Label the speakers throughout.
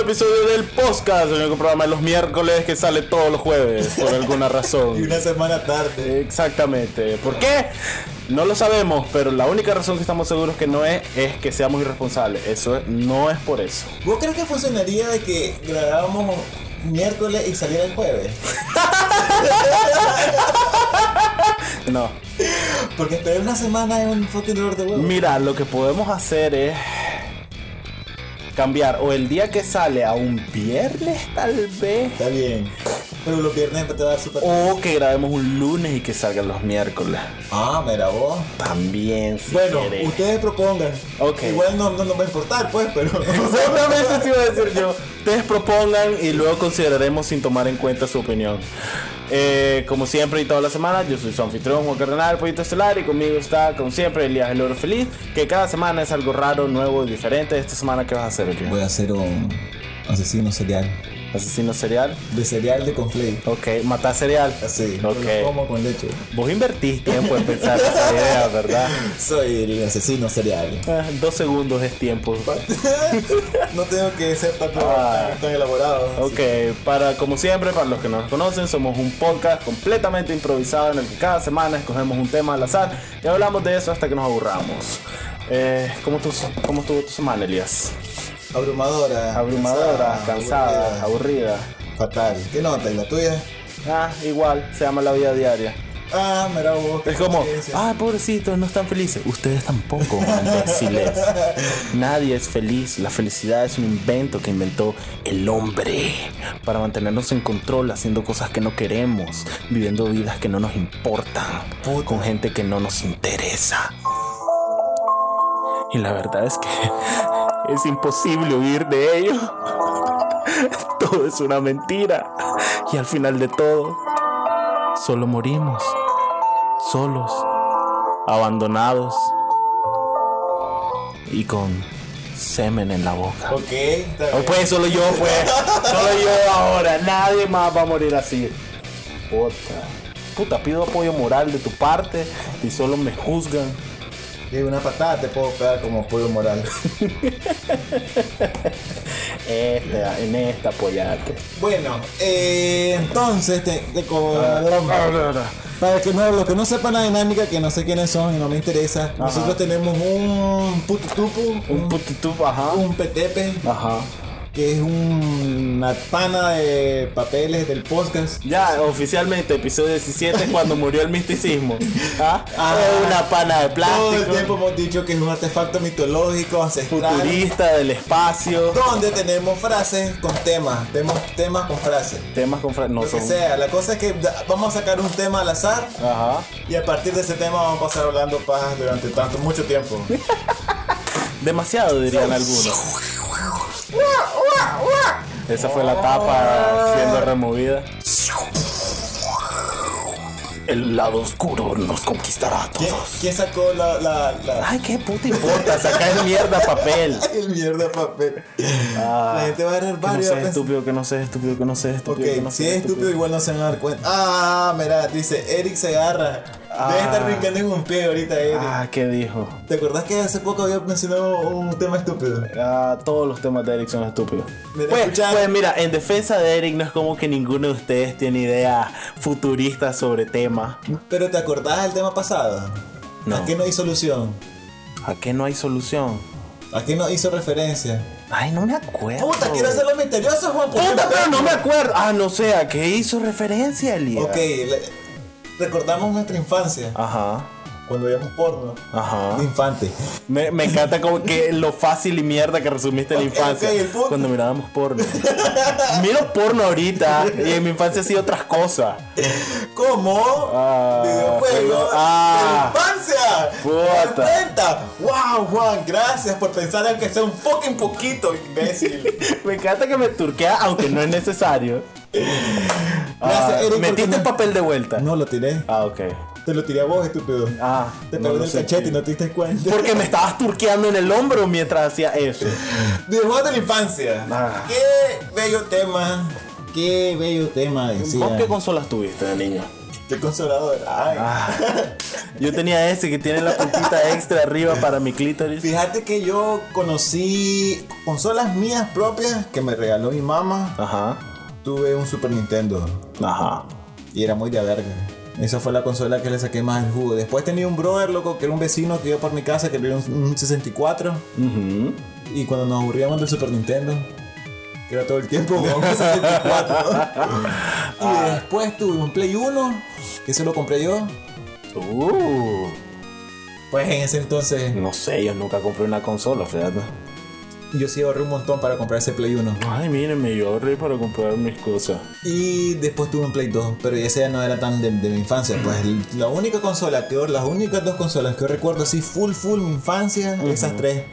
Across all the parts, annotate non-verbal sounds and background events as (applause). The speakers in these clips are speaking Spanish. Speaker 1: episodio del podcast, el único programa de los miércoles que sale todos los jueves, por alguna razón.
Speaker 2: Y una semana tarde.
Speaker 1: Exactamente. ¿Por qué? No lo sabemos, pero la única razón que estamos seguros que no es es que seamos irresponsables. Eso es- no es por eso.
Speaker 2: ¿Vos crees que funcionaría de que grabábamos miércoles y saliera el jueves?
Speaker 1: No.
Speaker 2: Porque esperar una semana es un fucking dolor de huevo.
Speaker 1: Mira, lo que podemos hacer es cambiar o el día que sale a un viernes tal vez
Speaker 2: Está bien. Pero los viernes te va a dar super.
Speaker 1: o que grabemos un lunes y que salgan los miércoles.
Speaker 2: Ah, mira vos.
Speaker 1: También si
Speaker 2: Bueno,
Speaker 1: quieres.
Speaker 2: ustedes propongan.
Speaker 1: Ok.
Speaker 2: Igual no, no nos va a importar, pues, pero.
Speaker 1: (laughs) Exactamente así iba a decir yo. Ustedes propongan y luego consideraremos sin tomar en cuenta su opinión. Eh, como siempre y todas las semanas, yo soy su anfitrión Juan Cardenal, Pollito Estelar, y conmigo está, como siempre, Elías El Oro Feliz, que cada semana es algo raro, nuevo y diferente. Esta semana, ¿qué vas a hacer, Elías?
Speaker 2: Voy a hacer un asesino serial.
Speaker 1: ¿Asesino serial?
Speaker 2: De cereal de conflate.
Speaker 1: Ok, matar cereal.
Speaker 2: Así. lo
Speaker 1: Ok.
Speaker 2: Como con leche.
Speaker 1: Vos invertís tiempo en pensar esa idea, ¿verdad?
Speaker 2: Soy el asesino serial.
Speaker 1: Ah, Dos segundos es tiempo.
Speaker 2: no tengo que ser tan,
Speaker 1: Ah.
Speaker 2: tan elaborado. así
Speaker 1: Ok, para como siempre, para los que no nos conocen, somos un podcast completamente improvisado en el que cada semana escogemos un tema al azar y hablamos de eso hasta que nos aburramos. Eh, ¿cómo, tu- cómo estuvo tu semana, Elias?
Speaker 2: Abrumadora.
Speaker 1: Abrumadora, cansada,
Speaker 2: aburrida.
Speaker 1: aburrida.
Speaker 2: Fatal. ¿Qué nota? ¿Y la tuya?
Speaker 1: Ah, igual, se llama la vida diaria.
Speaker 2: Ah, mira vos. qué
Speaker 1: Es como,
Speaker 2: coincidencia.
Speaker 1: ah, pobrecitos, no están felices. Ustedes tampoco, imbéciles. Nadie es feliz. La felicidad es un invento que inventó el hombre para mantenernos en control, haciendo cosas que no queremos, viviendo vidas que no nos importan,
Speaker 2: Puta.
Speaker 1: con gente que no nos interesa. Y la verdad es que (laughs) es imposible huir de ello. (laughs) Todo es una mentira. Y al final de todo, solo morimos solos, abandonados y con semen en la boca.
Speaker 2: Ok, está
Speaker 1: Oh,
Speaker 2: bien.
Speaker 1: pues solo yo, pues, solo yo ahora, nadie más va a morir así. Puta, puta, pido apoyo moral de tu parte y solo me juzgan.
Speaker 2: Y una patada te puedo pegar como
Speaker 1: (laughs)
Speaker 2: pollo moral.
Speaker 1: Esta, en esta pues, apoyate.
Speaker 2: bueno, eh, entonces, te, te co- para que no, los que no sepan la dinámica, que no sé quiénes son y no me interesa, nosotros tenemos un pututupu,
Speaker 1: Un
Speaker 2: un,
Speaker 1: putitup, ajá.
Speaker 2: un petepe,
Speaker 1: Ajá.
Speaker 2: que es un- una pana de papeles del podcast.
Speaker 1: Ya, oficialmente, episodio 17 es cuando murió el misticismo. ¿Ah?
Speaker 2: Ajá.
Speaker 1: Es Una pana de plástico.
Speaker 2: Todo el tiempo hemos dicho que es un artefacto mitológico, ancestral.
Speaker 1: futurista del espacio,
Speaker 2: donde tenemos frases con temas, tenemos temas con frases.
Speaker 1: temas con fra- no
Speaker 2: Lo que
Speaker 1: son.
Speaker 2: sea, la cosa es que da- vamos a sacar un tema al azar
Speaker 1: Ajá.
Speaker 2: y a partir de ese tema vamos a pasar hablando pajas durante tanto, mucho tiempo.
Speaker 1: Demasiado dirían algunos. Esa fue la tapa siendo removida. El lado oscuro nos conquistará a
Speaker 2: ¿Quién,
Speaker 1: todos.
Speaker 2: quién sacó la, la, la- (laughs)
Speaker 1: Ay, qué puta importa, sacar mierda papel.
Speaker 2: el mierda de papel?
Speaker 1: Ah,
Speaker 2: la gente va a agarrar
Speaker 1: Que no
Speaker 2: varios.
Speaker 1: seas
Speaker 2: va a pensar-
Speaker 1: estúpido, que no seas estúpido, que no seas
Speaker 2: Ok,
Speaker 1: estúpido. que no
Speaker 2: si
Speaker 1: seas
Speaker 2: es estúpido igual no se van a dar cuenta. Ah, mira, dice, Eric se agarra. Debe estar brincando en un pie ahorita, Eric.
Speaker 1: Ah, ¿qué dijo?
Speaker 2: ¿Te acordás que hace poco había mencionado un tema estúpido?
Speaker 1: Ah, todos los temas de Eric son estúpidos.
Speaker 2: Mira,
Speaker 1: Pues,
Speaker 2: escucha-
Speaker 1: pues mira, en defensa de Eric no es como que ninguno de ustedes tiene idea futurista sobre temas.
Speaker 2: Pero ¿te acordás del tema pasado?
Speaker 1: No.
Speaker 2: ¿A qué no hay solución?
Speaker 1: ¿A qué no hay solución?
Speaker 2: ¿A qué no hizo referencia?
Speaker 1: Ay, no me acuerdo.
Speaker 2: Puta, quiero hacerlo misterioso, Juan. ¿por qué
Speaker 1: Puta,
Speaker 2: me-
Speaker 1: pero no me acuerdo. Ah, no sé, ¿a qué hizo referencia, Elías?
Speaker 2: Ok, le- recordamos nuestra infancia,
Speaker 1: Ajá,
Speaker 2: cuando veíamos porno. (laughs)
Speaker 1: ajá. (laughs)
Speaker 2: De infante.
Speaker 1: Me, me encanta como que lo fácil y mierda que resumiste la
Speaker 2: Ok,
Speaker 1: infancia.
Speaker 2: ok, el punto.
Speaker 1: Cuando mirábamos porno. Miro porno ahorita y en mi infancia sí otras cosas.
Speaker 2: ¿Cómo?
Speaker 1: Ah,
Speaker 2: Videojuegos.
Speaker 1: juego- ah.
Speaker 2: de infancia.
Speaker 1: Puta.
Speaker 2: ¿Te das cuenta? Wow, Juan, gracias por pensar aunque sea un fucking poquito, imbécil.
Speaker 1: Me encanta que me turquea, aunque no es necesario.
Speaker 2: Gracias,
Speaker 1: (laughs) Ah,
Speaker 2: Eric, porque
Speaker 1: metiste
Speaker 2: no-
Speaker 1: el papel de vuelta.
Speaker 2: No lo tiré.
Speaker 1: Ah, ok.
Speaker 2: Te lo tiré a vos, estúpido.
Speaker 1: Ah,
Speaker 2: Te
Speaker 1: no
Speaker 2: pegó
Speaker 1: lo
Speaker 2: en el
Speaker 1: sentí.
Speaker 2: cachete y no te diste cuenta.
Speaker 1: Porque me estabas turqueando en el hombro mientras hacía eso.
Speaker 2: Videojuegos de la infancia.
Speaker 1: Ah.
Speaker 2: Qué bello tema. Qué bello tema, decía.
Speaker 1: ¿Vos qué consolas tuviste de niño?
Speaker 2: Qué consolador. Ay.
Speaker 1: Ah, (laughs) yo tenía ese que tiene la puntita extra arriba para mi clítoris.
Speaker 2: Fíjate que yo conocí consolas mías propias que me regaló mi mamá.
Speaker 1: Ajá,
Speaker 2: Tuve un Super Nintendo
Speaker 1: ajá.
Speaker 2: y era muy de a verga. Esa fue la consola que le saqué más el jugo. Después tenía un brother, loco, que era un vecino que iba por mi casa, que tenía un, un 64.
Speaker 1: Ujú.
Speaker 2: Y cuando nos aburríamos del Super Nintendo, que era todo el tiempo, jugábamos 64. y después tuve un Play 1, que se lo compré yo.
Speaker 1: Uh,
Speaker 2: Pues en ese entonces
Speaker 1: no sé, yo nunca compré una consola, fíjate.
Speaker 2: yo sí ahorré un montón para comprar ese Play 1.
Speaker 1: Ay, mírenme, yo ahorré para comprar mis cosas.
Speaker 2: Y después tuve un Play 2, pero ese ya no era tan de, de mi infancia. Pues el- la única consola, que, las únicas dos consolas que yo recuerdo así, full, full, mi infancia, esas tres.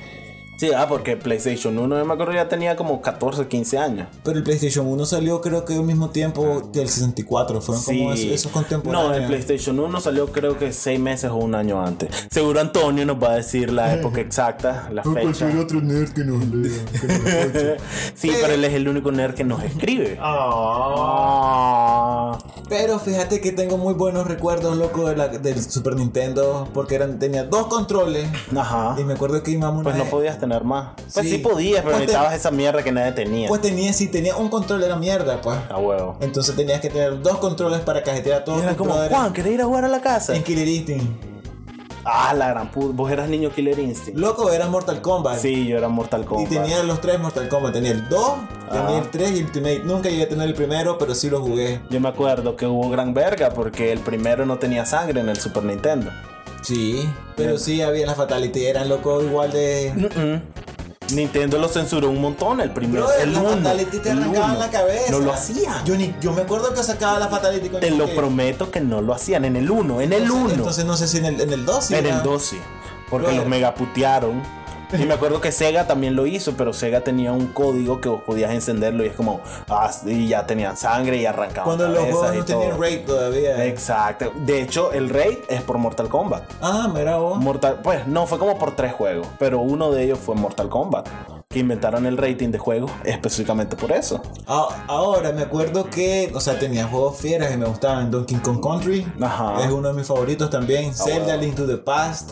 Speaker 1: Sí, ah, porque PlayStation 1, yo me acuerdo, ya tenía como 14, 15 años.
Speaker 2: Pero el PlayStation 1 salió creo que al mismo tiempo que el 64, fueron como esos, esos contemporáneos.
Speaker 1: No, el PlayStation 1 salió creo que seis meses o un año antes. Seguro Antonio nos va a decir la
Speaker 2: (laughs)
Speaker 1: época exacta, la fecha.
Speaker 2: otro nerd que nos Eh. lea.
Speaker 1: (laughs) Sí, pero él es el único nerd que nos escribe.
Speaker 2: Ah. Pero fíjate que tengo muy buenos recuerdos, loco, de la- del Super Nintendo. Porque eran, tenía dos controles.
Speaker 1: Ah. Ajá.
Speaker 2: Y me acuerdo que mi mamá una
Speaker 1: Pues no
Speaker 2: vez-
Speaker 1: podías tener más. Pues
Speaker 2: Sí.
Speaker 1: sí, podías, pero
Speaker 2: Pues te-
Speaker 1: necesitabas esa mierda que nadie tenía.
Speaker 2: Pues tenía, sí, tenía un control, era mierda, pues.
Speaker 1: A huevo.
Speaker 2: Entonces tenías que tener dos controles para cajetear a todos
Speaker 1: Era
Speaker 2: tus
Speaker 1: como,
Speaker 2: brothers
Speaker 1: Juan, ¿querés ir a jugar a la casa?
Speaker 2: en Killer Instinct.
Speaker 1: Ah, la gran puta. Vos eras niño Killer Instinct.
Speaker 2: Loco, era Mortal Kombat.
Speaker 1: Sí, yo era Mortal
Speaker 2: Y
Speaker 1: Kombat. Ah.
Speaker 2: tenía los tres Mortal Kombat. Tenía el 2, tenía el 3 y el Ultimate. Nunca llegué a tener el primero, pero sí lo jugué.
Speaker 1: Yo me acuerdo que hubo gran verga porque el primero no tenía sangre en el Super Nintendo.
Speaker 2: Sí, pero sí había la Fatality. Eran locos igual de.
Speaker 1: Mm-mm. Nintendo lo censuró un montón el primero.
Speaker 2: Brother,
Speaker 1: el
Speaker 2: la
Speaker 1: uno,
Speaker 2: Fatality te
Speaker 1: el
Speaker 2: arrancaban
Speaker 1: uno.
Speaker 2: la cabeza.
Speaker 1: No lo hacía.
Speaker 2: Yo, ni- yo me acuerdo que sacaba la Fatality con
Speaker 1: Te
Speaker 2: el
Speaker 1: lo
Speaker 2: que-
Speaker 1: prometo que no lo hacían en el 1, en el 1.
Speaker 2: Entonces- Entonces no sé si en el, en el 2. sí,
Speaker 1: en
Speaker 2: ¿verdad?
Speaker 1: el 12. Porque
Speaker 2: Brother.
Speaker 1: los megaputearon. Y me acuerdo que Sega también lo hizo, pero Sega tenía un código que vos podías encenderlo y es como, ah, y ya tenían sangre y arrancaban.
Speaker 2: Cuando los
Speaker 1: cabezas
Speaker 2: juegos
Speaker 1: y
Speaker 2: no
Speaker 1: todo.
Speaker 2: tenían raid todavía.
Speaker 1: Exacto. De hecho, el raid es por Mortal Kombat.
Speaker 2: Ah, mira vos.
Speaker 1: Mortal, pues no, fue como por tres juegos, pero uno de ellos fue Mortal Kombat, que inventaron el rating de juegos específicamente por eso.
Speaker 2: A- Ahora me acuerdo que, o sea, tenía juegos fieras que me gustaban. Donkey Kong Country
Speaker 1: Ajá. Ah,
Speaker 2: es uno de mis favoritos también. Zelda Link to the Past.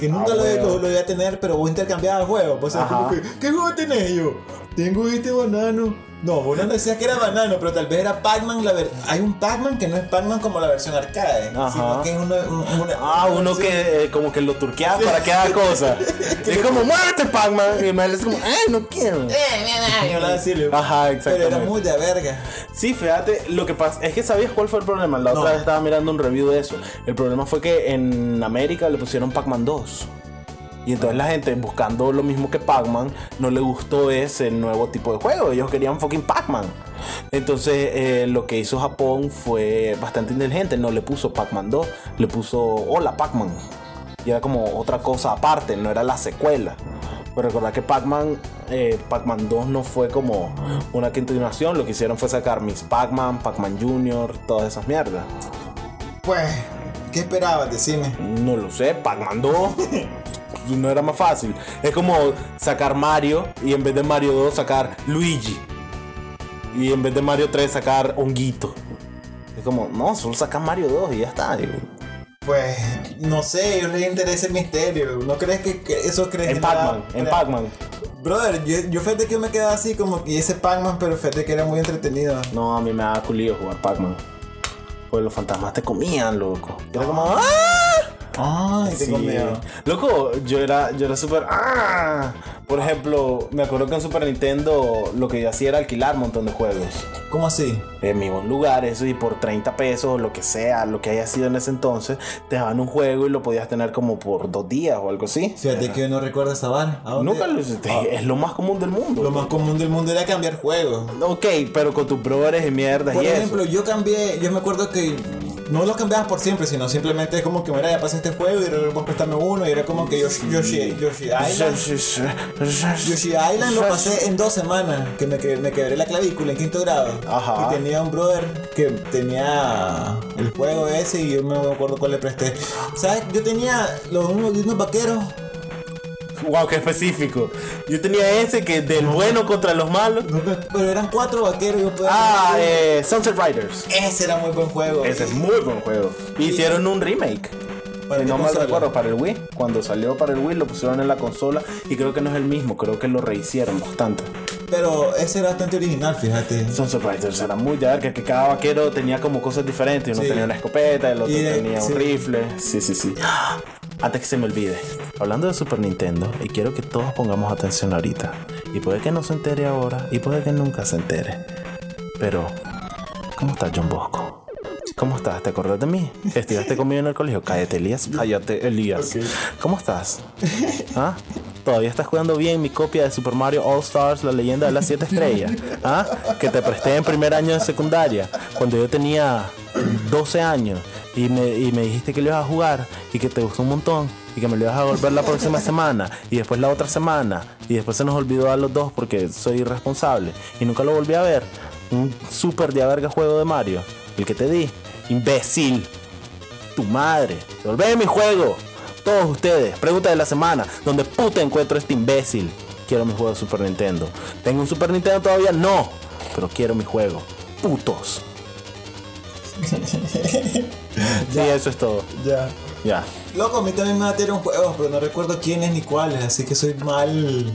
Speaker 2: Que nunca lo,
Speaker 1: huevo.
Speaker 2: lo, lo iba a tener, pero vos intercambiabas juegos. Vos sabés
Speaker 1: Ah, Ajá.
Speaker 2: como que, ¿Qué juego tenés Y yo? Tengo este banano. No, vos no decías que era banano, pero tal vez era Pac-Man. la ver- Hay un Pac-Man que no es Pac-Man como la versión arcade,
Speaker 1: Ajá.
Speaker 2: sino que es una. un- una-
Speaker 1: Ah,
Speaker 2: una
Speaker 1: uno
Speaker 2: versión-
Speaker 1: que eh, como que lo turqueas para que haga (laughs) cosas. es como, muévete, Pac-Man. Y el man es como, ay, no quiero.
Speaker 2: Yo la decirle.
Speaker 1: Ajá,
Speaker 2: Pero era
Speaker 1: exactamente.
Speaker 2: muy de verga.
Speaker 1: Sí, fíjate, lo que pasa es que sabías cuál fue el problema. La
Speaker 2: No.
Speaker 1: otra vez estaba mirando un review de eso. El problema fue que en América le pusieron Pac-Man 2. Y entonces la gente buscando lo mismo que Pac-Man no le gustó ese nuevo tipo de juego. Ellos querían fucking Pac-Man. Entonces eh, lo que hizo Japón fue bastante inteligente. No le puso Pac-Man 2, le puso Hola Pac-Man. Y era como otra cosa aparte, no era la secuela. Pero recordar que Pac-Man eh, Pac-Man 2 no fue como una continuación. Lo que hicieron fue sacar Miss Pac-Man, Pac-Man Jr., todas esas mierdas.
Speaker 2: Pues, ¿qué esperabas? Decime.
Speaker 1: No lo sé, Pac-Man 2. (laughs) No era más fácil. Es como sacar Mario y en vez de Mario 2 sacar Luigi. Y en vez de Mario 3 sacar Honguito. Es como, no, solo sacas Mario 2 y ya está.
Speaker 2: Pues, no sé, yo les interesa el misterio. ¿No crees que que eso crees
Speaker 1: En Pac-Man, en Pac-Man.
Speaker 2: Brother, yo, yo fíjate que me quedaba así como que ese Pac-Man, pero fíjate que era muy entretenido.
Speaker 1: No, a mí me daba culillo jugar Pac-Man. Pues los fantasmas te comían, loco. Yo Era como, ¡ah!
Speaker 2: Ay,
Speaker 1: Sí.
Speaker 2: tengo miedo.
Speaker 1: Loco, yo era, yo era súper. ¡ah! Por ejemplo, me acuerdo que en Super Nintendo lo que yo hacía era alquilar un montón de juegos.
Speaker 2: ¿Cómo así?
Speaker 1: en mi buen lugar, eso, y por 30 pesos, lo que sea, lo que haya sido en ese entonces, te daban un juego y lo podías tener como por dos días o algo así.
Speaker 2: Fíjate que yo no recuerdo esa vara. ¿A dónde? Ah,
Speaker 1: Nunca lo hiciste, es lo más común del mundo.
Speaker 2: Lo más común del mundo era cambiar juegos.
Speaker 1: Ok, pero con tus brothers y mierdas
Speaker 2: Por
Speaker 1: y
Speaker 2: ejemplo,
Speaker 1: eso.
Speaker 2: yo cambié, yo me acuerdo que no lo cambiabas por siempre, sino simplemente es como que, mira, ya pasé este juego y luego vos préstame uno y era como que Yoshi, Yoshi, Yoshi Island. Yoshi Island lo pasé en dos semanas, que me, que- me quebré la clavícula en quinto grado.
Speaker 1: Ajá.
Speaker 2: Y tenía un brother que tenía el juego ese y yo me acuerdo cuál le presté. ¿Sabes? Yo tenía los unos, unos vaqueros
Speaker 1: Wow, qué específico. Yo tenía ese que del bueno contra los malos.
Speaker 2: No, pero- Pero eran cuatro vaqueros. Yo podía
Speaker 1: Ah, eh, Sunset Riders.
Speaker 2: Ese era muy buen juego.
Speaker 1: Ese es muy buen juego. Hicieron un remake.
Speaker 2: Para
Speaker 1: no
Speaker 2: qué
Speaker 1: me
Speaker 2: consola?
Speaker 1: recuerdo, para el Wii. Cuando salió para el Wii lo pusieron en la consola y creo que no es el mismo, creo que lo rehicieron bastante.
Speaker 2: Pero ese era bastante original, fíjate.
Speaker 1: Sunset Riders era muy de arca, que cada vaquero tenía como cosas diferentes. Uno
Speaker 2: Sí.
Speaker 1: tenía una escopeta, el otro
Speaker 2: Y de-
Speaker 1: tenía
Speaker 2: sí. Ah.
Speaker 1: un rifle. Sí, sí, sí. Antes que se me olvide, hablando de Super Nintendo, y quiero que todos pongamos atención ahorita. Y puede que no se entere ahora, y puede que nunca se entere. Pero, ¿cómo estás, John Bosco? ¿Cómo estás? ¿Te acordás de mí? ¿Estudiaste conmigo en el colegio? Cállate, Elías. Cállate, Elías.
Speaker 2: Ok.
Speaker 1: ¿Cómo estás? ¿Ah? ¿Todavía estás jugando bien mi copia de Super Mario All Stars, la leyenda de las 7 estrellas? ¿Ah? Que te presté en primer año de secundaria, cuando yo tenía 12 años, y me, y me dijiste que lo ibas a jugar, y que te gustó un montón, y que me lo ibas a volver la próxima semana, y después la otra semana, y después se nos olvidó a los dos porque soy irresponsable, y nunca lo volví a ver. Un super de verga juego de Mario, el que te di, imbécil tu madre. Devolvé mi juego. Todos ustedes, pregunta de la semana, ¿dónde puta encuentro este imbécil? Quiero mi juego de Super Nintendo. ¿Tengo un Super Nintendo todavía? No, pero quiero mi juego. Putos. (laughs) Sí, eso es todo.
Speaker 2: Ya.
Speaker 1: Ya.
Speaker 2: Loco, a mí también me batieron juegos, pero no recuerdo quiénes ni cuáles, así que soy mal.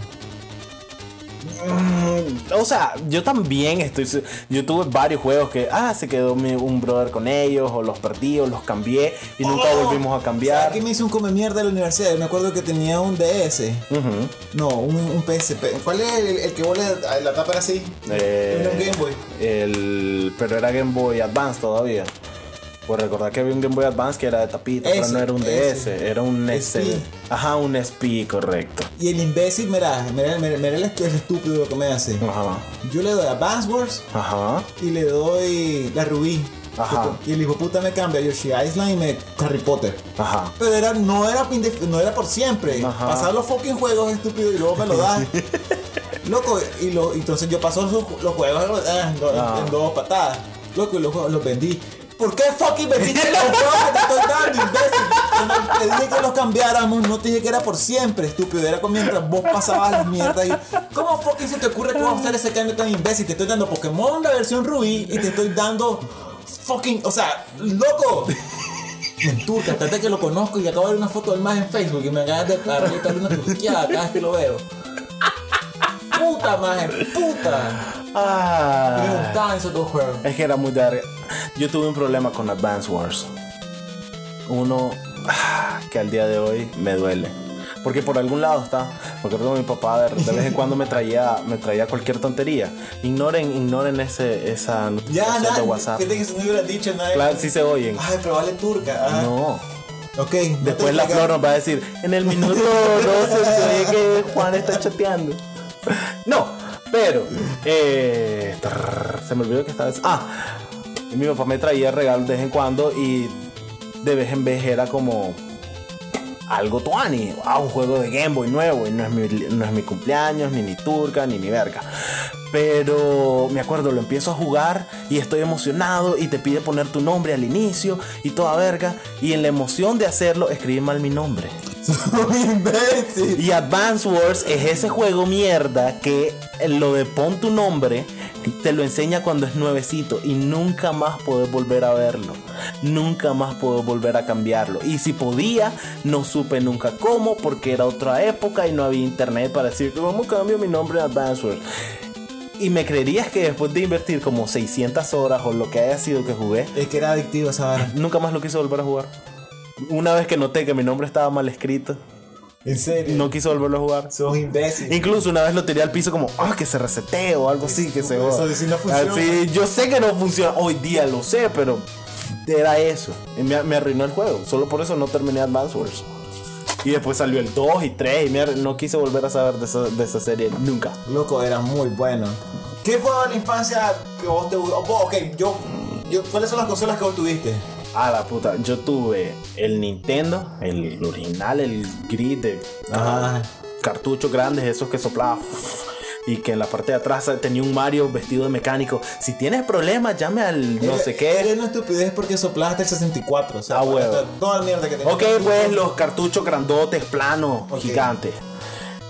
Speaker 1: O sea, yo también estoy. su- Yo tuve varios juegos que, ah, se quedó mi- un brother con ellos, o los perdí, o los cambié, y nunca
Speaker 2: Oh,
Speaker 1: volvimos a
Speaker 2: ¿sabes
Speaker 1: cambiar.
Speaker 2: qué me hizo un come mierda de la universidad? Yo me acuerdo que tenía un DS.
Speaker 1: Ujú.
Speaker 2: No, un, un PSP. ¿Cuál es el, el que vos le- la tapa era así?
Speaker 1: Eh,
Speaker 2: Era un Game Boy.
Speaker 1: El, pero era Game Boy Advance todavía. Pues recordar que había un Game Boy Advance que era de tapita, pero
Speaker 2: Ese,
Speaker 1: no era un DS,
Speaker 2: ese.
Speaker 1: era un
Speaker 2: SP.
Speaker 1: SP. Ajá, un SP, correcto.
Speaker 2: Y el imbécil, mira, mira, mira, mira el est- el estúpido lo que me hace.
Speaker 1: Ajá.
Speaker 2: Yo le doy a Advance Wars
Speaker 1: Ajá.
Speaker 2: y le doy la Rubí.
Speaker 1: Ajá.
Speaker 2: Y el hijo puta me cambia a Yoshi Island y me Harry Potter.
Speaker 1: Ajá.
Speaker 2: Pero era, no, era, indef- no era por siempre.
Speaker 1: Ajá.
Speaker 2: Pasar los fucking juegos estúpido y luego me lo das.
Speaker 1: (laughs)
Speaker 2: Loco, y lo, entonces yo paso los, los juegos eh, en, do- en-
Speaker 1: Ah.
Speaker 2: en dos patadas. Loco, y los juegos los vendí. ¿Por qué fucking vendiste los juegos que te estoy dando, imbécil? Cuando te dije que los cambiáramos, no te dije que era por siempre, estúpido. Era con mientras vos pasabas las mierdas. Y, ¿Cómo fucking se te ocurre que vamos a hacer ese cambio tan imbécil? Te estoy dando Pokémon la versión Rubí y te estoy dando fucking. O sea, loco. Menturca, hasta que lo conozco y acabo de ver una foto del más en Facebook y me acabas de arreglar una turqueada cada vez que lo veo. Puta maje, puta. Me
Speaker 1: Ah,
Speaker 2: gustaban esos dos juegos.
Speaker 1: es que era muy dark. Yo tuve un problema con Advance Wars. Uno ah, que al día de hoy me duele. Porque por algún lado está. Me acuerdo que mi papá de, de vez en cuando me traía, me traía cualquier tontería. Ignoren, ignoren ese, esa
Speaker 2: Ya,
Speaker 1: notificación de
Speaker 2: nada.
Speaker 1: WhatsApp.
Speaker 2: Fíjate que se me hubiera dicho nada.
Speaker 1: Claro, sí se oyen.
Speaker 2: Ay, pero vale turca. ah.
Speaker 1: No.
Speaker 2: Ok. (laughs) no
Speaker 1: Después
Speaker 2: te
Speaker 1: la
Speaker 2: diga-
Speaker 1: flor nos va a decir, en el minuto 12 se oye que Juan está chateando. (laughs) No, pero... eh, trrr, se me olvidó que estaba... Ah, y mi papá me traía regalos de vez en cuando y de vez en vez era como algo tuani, ah, un juego de Game Boy nuevo, y no es mi, no es mi cumpleaños, ni ni turca, ni ni verga. Pero me acuerdo, lo empiezo a jugar y estoy emocionado y te pide poner tu nombre al inicio y toda verga. Y en la emoción de hacerlo, escribí mal mi nombre.
Speaker 2: Soy imbécil.
Speaker 1: Y Advance Wars es ese juego mierda que lo de pon tu nombre te lo enseña cuando es nuevecito y nunca más podés volver a verlo. Nunca más podés volver a cambiarlo. Y si podía, no supe nunca cómo porque era otra época y no había internet para decir, ¿cómo cambio mi nombre a Advance Wars? Y me creerías que después de invertir como 600 horas o lo que haya sido que jugué,
Speaker 2: Es que era adictivo esa vara.
Speaker 1: nunca más lo quise volver a jugar. Una vez que noté que mi nombre estaba mal escrito,
Speaker 2: En serio.
Speaker 1: no quise volverlo a jugar.
Speaker 2: Sos imbécil.
Speaker 1: Incluso una vez lo tiré al piso como, ah, que se resetee o algo así, que se
Speaker 2: Eso
Speaker 1: joda".
Speaker 2: sí no funciona.
Speaker 1: Así, yo sé que no funciona, hoy día lo sé, pero era eso. Y me, me arruinó el juego, solo por eso no terminé Advance Wars. Y después salió el 2 y 3 y me arru- no quise volver a saber de esa, de esa serie nunca.
Speaker 2: Loco, era muy bueno. ¿Qué juego de la infancia que vos te gustó? Vos, Ok, yo, yo. ¿Cuáles son las consolas que vos tuviste?
Speaker 1: A la puta, yo tuve el Nintendo, el original, el grid de
Speaker 2: Ajá.
Speaker 1: cartuchos grandes, esos que soplaba. y que en la parte de atrás tenía un Mario vestido de mecánico. Si tienes problemas, llame al no
Speaker 2: Era-
Speaker 1: sé qué.
Speaker 2: Era una estupidez porque soplaste el 64. O sea,
Speaker 1: Ah,
Speaker 2: para
Speaker 1: huevo.
Speaker 2: to- Toda la mierda que tenías.
Speaker 1: Ok, pues los cartuchos grandotes, planos,
Speaker 2: Ok.
Speaker 1: gigantes.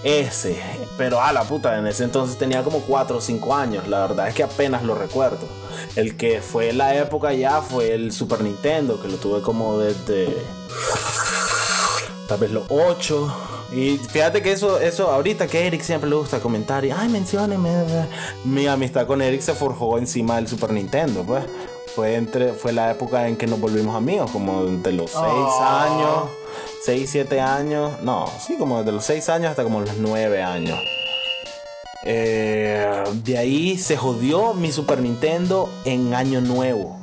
Speaker 1: Ese. Pero a la puta, en ese entonces tenía como 4 o 5 años. La verdad es que apenas lo recuerdo. El que fue la época ya fue el Super Nintendo, que lo tuve como desde. Tal vez los 8. Y fíjate que eso, eso ahorita que Eric siempre le gusta comentar y, ay, mencióneme. Mi amistad con Eric se forjó encima del Super Nintendo, pues. Fue, entre, fue la época en que nos volvimos amigos, como de los 6
Speaker 2: Ah.
Speaker 1: años, 6, 7 años, no, sí, como desde los 6 años hasta como los 9 años. Eh, de ahí se jodió mi Super Nintendo en año nuevo.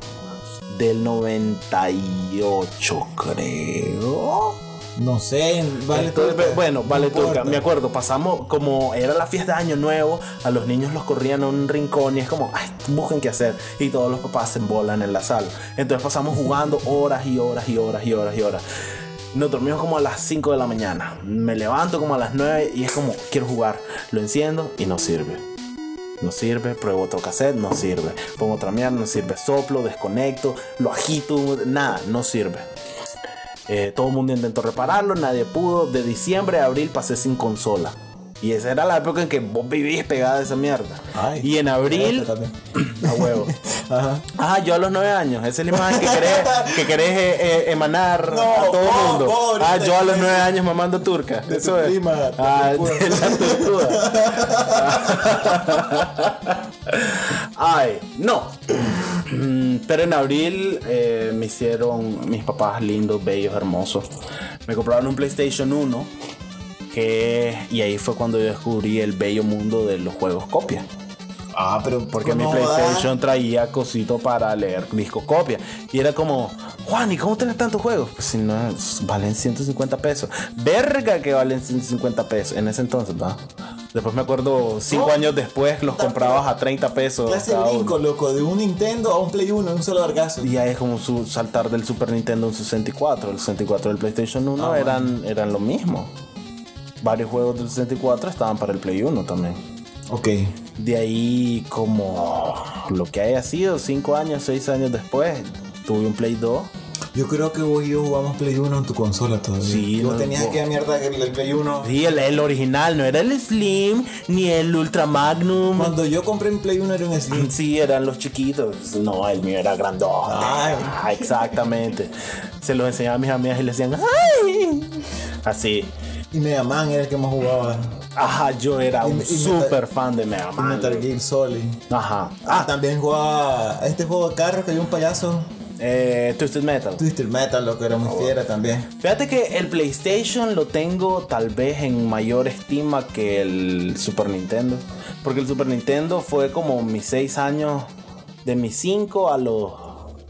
Speaker 1: Del 98, creo.
Speaker 2: No sé, vale
Speaker 1: Entonces,
Speaker 2: turca.
Speaker 1: bueno,
Speaker 2: No
Speaker 1: vale turca,
Speaker 2: importa.
Speaker 1: me acuerdo, pasamos como era la fiesta de Año Nuevo, a los niños los corrían a un rincón y es como, ay, busquen qué hacer. Y todos los papás se embolan en la sala. Entonces pasamos jugando horas y horas y horas y horas y horas. Nos dormimos como a las 5 de la mañana. Me levanto como a las 9 y es como, quiero jugar. Lo enciendo y no sirve. No sirve, pruebo otro cassette, no sirve. Pongo otra mierda, no sirve. Soplo, desconecto, lo agito, nada, no sirve. Eh, todo el mundo intentó repararlo, nadie pudo. De diciembre a abril pasé sin consola. Y esa era la época en que vos vivís pegada a esa mierda.
Speaker 2: Ay,
Speaker 1: y en abril,
Speaker 2: Esta también.
Speaker 1: a huevo.
Speaker 2: Ajá.
Speaker 1: Ah, yo a los nueve años. Esa es la imagen que querés, que querés eh, eh, emanar
Speaker 2: (laughs) No,
Speaker 1: a todo el
Speaker 2: vos,
Speaker 1: mundo.
Speaker 2: vos, ahorita
Speaker 1: ah, yo a los
Speaker 2: que-
Speaker 1: nueve años mamando turca.
Speaker 2: De
Speaker 1: Eso
Speaker 2: tu
Speaker 1: es.
Speaker 2: prima, de
Speaker 1: ah, (laughs)
Speaker 2: tu
Speaker 1: de la tortuga. Ay, no. Mm, Pero en abril eh, me hicieron mis papás lindos, bellos, hermosos. Me compraron un PlayStation 1. Que, y ahí fue cuando yo descubrí el bello mundo de los juegos copia.
Speaker 2: Ah, pero
Speaker 1: Porque mi
Speaker 2: no,
Speaker 1: PlayStation traía cosito para leer disco copia. Y era como, Juan, ¿y cómo tenés tantos juegos? Pues si no, es- valen 150 pesos. Verga que valen 150 pesos en ese entonces, ¿no? Después me acuerdo, cinco
Speaker 2: No.
Speaker 1: años después, los comprabas a 30 pesos.
Speaker 2: Clase de
Speaker 1: cada uno.
Speaker 2: brinco, loco, de un Nintendo a un Play 1, un solo vergazo.
Speaker 1: Y ahí es como su, saltar del Super Nintendo a un 64. El 64 del PlayStation 1
Speaker 2: Ah,
Speaker 1: eran, eran lo mismo. Varios juegos del 64 estaban para el Play 1 también.
Speaker 2: Ok.
Speaker 1: De ahí como lo que haya sido, 5 años, 6 años después, tuve un Play 2.
Speaker 2: Yo creo que vos y yo jugamos Play 1 en tu consola todavía.
Speaker 1: Sí,
Speaker 2: Vos
Speaker 1: no,
Speaker 2: tenías
Speaker 1: vos-
Speaker 2: aquella mierda que el el Play 1.
Speaker 1: Sí, el, el original, no era el Slim ni el Ultra Magnum.
Speaker 2: Cuando yo compré mi Play 1 era un Slim.
Speaker 1: Sí, eran los chiquitos. No, el mío era grandote.
Speaker 2: Ay.
Speaker 1: Ah, exactamente. Se los enseñaba a mis amigas y le decían, ¡ay! Así.
Speaker 2: Y Mega Man era el que más jugaba.
Speaker 1: Ajá, yo era
Speaker 2: Y- y
Speaker 1: un
Speaker 2: Metal-
Speaker 1: super fan de Mega
Speaker 2: Y
Speaker 1: Man.
Speaker 2: Metal Gear Solid.
Speaker 1: Ajá.
Speaker 2: Ah,
Speaker 1: Ah,
Speaker 2: también jugaba a este juego de carros que había un payaso.
Speaker 1: eh, Twisted Metal.
Speaker 2: Twisted Metal, lo que era muy fiera también.
Speaker 1: Fíjate que el PlayStation lo tengo tal vez en mayor estima que el Super Nintendo. Porque el Super Nintendo fue como mis 6 años, de mis 5 a los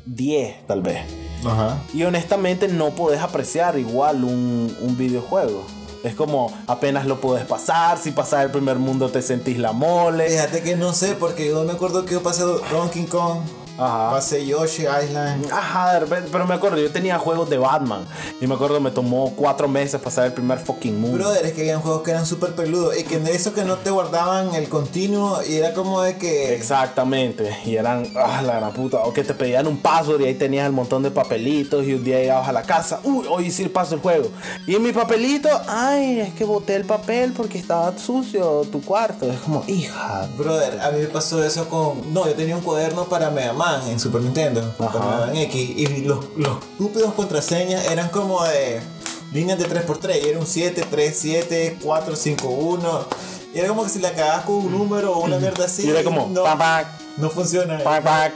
Speaker 1: 10 tal vez.
Speaker 2: Ajá.
Speaker 1: Y honestamente no podés apreciar igual un, un videojuego. Es como apenas lo podés pasar, si pasas el primer mundo te sentís la mole.
Speaker 2: Fíjate que no sé, porque yo me acuerdo que yo pasé Donkey Kong,
Speaker 1: Ajá.
Speaker 2: pasé Yoshi Island.
Speaker 1: Ajá, de repente, pero me acuerdo, yo tenía juegos de Batman. Y me acuerdo, me tomó 4 meses pasar el primer fucking mundo.
Speaker 2: Brother, es que habían juegos que eran súper peludos y que de eso que no te guardaban el continuo y era como de que.
Speaker 1: Exactamente, y eran, ah, la gran puta, o que te pedían un password y ahí tenías el montón de papelitos y un día llegabas a la casa, uy, hoy sí paso el juego. Y mi papelito, ay, es que boté el papel porque estaba sucio tu cuarto. Es como, hija,
Speaker 2: Brother, a mí me pasó eso con. No, yo tenía un cuaderno para Mega Man en Super Nintendo,
Speaker 1: Ajá.
Speaker 2: para Mega Man X, y los, los estúpidos contraseñas eran como de líneas de 3x3, y era un 7, 3, 7, 4, 5, 1. Y era como que si la cagabas con un número o una mierda así.
Speaker 1: Y era como,
Speaker 2: no,
Speaker 1: pa, pa.
Speaker 2: no funciona.
Speaker 1: pac, pac.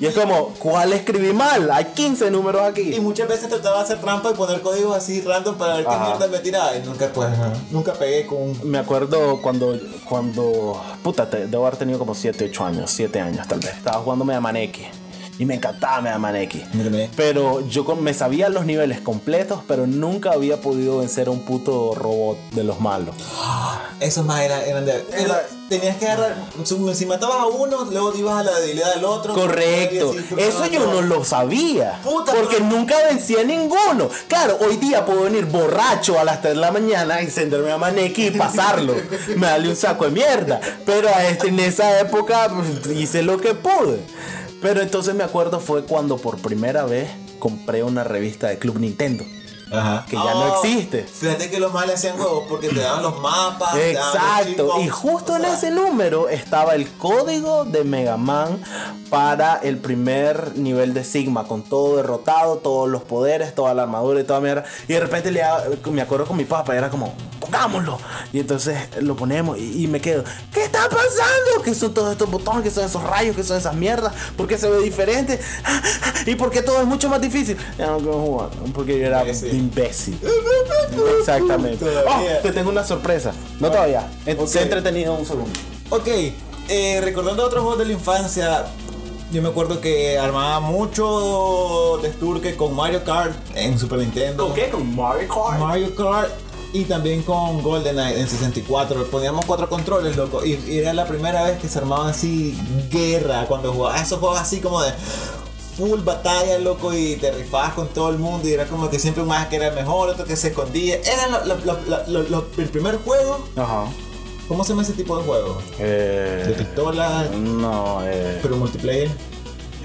Speaker 1: Y es como, ¿cuál escribí mal? Hay 15 números
Speaker 2: Y
Speaker 1: aquí.
Speaker 2: muchas veces trataba de hacer trampa y poner códigos así random para ver qué
Speaker 1: Ajá.
Speaker 2: mierda me tiraba. Y nunca, pues, nunca pegué con un.
Speaker 1: Me acuerdo cuando, cuando, puta, te- debo haber tenido como 7, 8 años, 7 años tal vez. Estaba jugando Mega Man X. Y me encantaba Mega Man X.
Speaker 2: Mírame.
Speaker 1: Pero yo con- me sabía los niveles completos, pero nunca había podido vencer a un puto robot de los malos.
Speaker 2: Esos más eran, eran de. era- tenías que agarrar. su- Si matabas a uno, luego ibas a la debilidad del otro.
Speaker 1: Correcto.
Speaker 2: y así,
Speaker 1: Eso yo no lo sabía.
Speaker 2: Puta,
Speaker 1: porque
Speaker 2: pero-
Speaker 1: nunca vencí a ninguno. Claro, hoy día puedo venir borracho a las 3 de la mañana, encenderme a Maneki y
Speaker 2: (laughs)
Speaker 1: pasarlo. Me dale un saco de mierda. Pero a este- en esa época pues, hice lo que pude. Pero entonces me acuerdo fue cuando por primera vez compré una revista de Club Nintendo.
Speaker 2: Ajá.
Speaker 1: que ya no
Speaker 2: Oh,
Speaker 1: existe.
Speaker 2: Fíjate que los más le hacían huevos porque te daban los mapas. te daban los
Speaker 1: Exacto.
Speaker 2: chicos,
Speaker 1: Y justo
Speaker 2: o
Speaker 1: en
Speaker 2: sea,
Speaker 1: ese número estaba el código de Mega Man para el primer nivel de Sigma, con todo derrotado, todos los poderes, toda la armadura y toda mierda. Y de repente le daba- me acuerdo con mi papá, y era como, pongámoslo. Y entonces lo ponemos y, y me quedo, ¿qué está pasando? ¿Qué son todos estos botones? ¿Qué son esos rayos? ¿Qué son esas mierdas? ¿Por qué se ve diferente? ¿Y por qué todo es mucho más difícil? Ya no quiero jugar, porque yo era
Speaker 2: Sí.
Speaker 1: imbécil. Exactamente.
Speaker 2: Todavía.
Speaker 1: Oh, te tengo una sorpresa. No todavía. En-
Speaker 2: Ok.
Speaker 1: Se ha entretenido un segundo.
Speaker 2: Ok, eh, recordando otros juegos de la infancia, yo me acuerdo que armaba mucho desturque con Mario Kart en Super Nintendo.
Speaker 1: ¿Con Mario Kart?
Speaker 2: Mario Kart y también con GoldenEye en 64. Poníamos cuatro controles, loco. Y, y era la primera vez que se armaba así guerra cuando jugaba. Esos juegos así como de full batalla, loco. Y te rifabas con todo el mundo. Y era como que siempre un más que era el mejor, otro que se escondía. Era lo- lo- lo- lo- lo- el primer juego.
Speaker 1: Ajá.
Speaker 2: ¿Cómo se llama ese tipo de juego? De
Speaker 1: Eh,
Speaker 2: pistola,
Speaker 1: no, eh,
Speaker 2: pero multiplayer.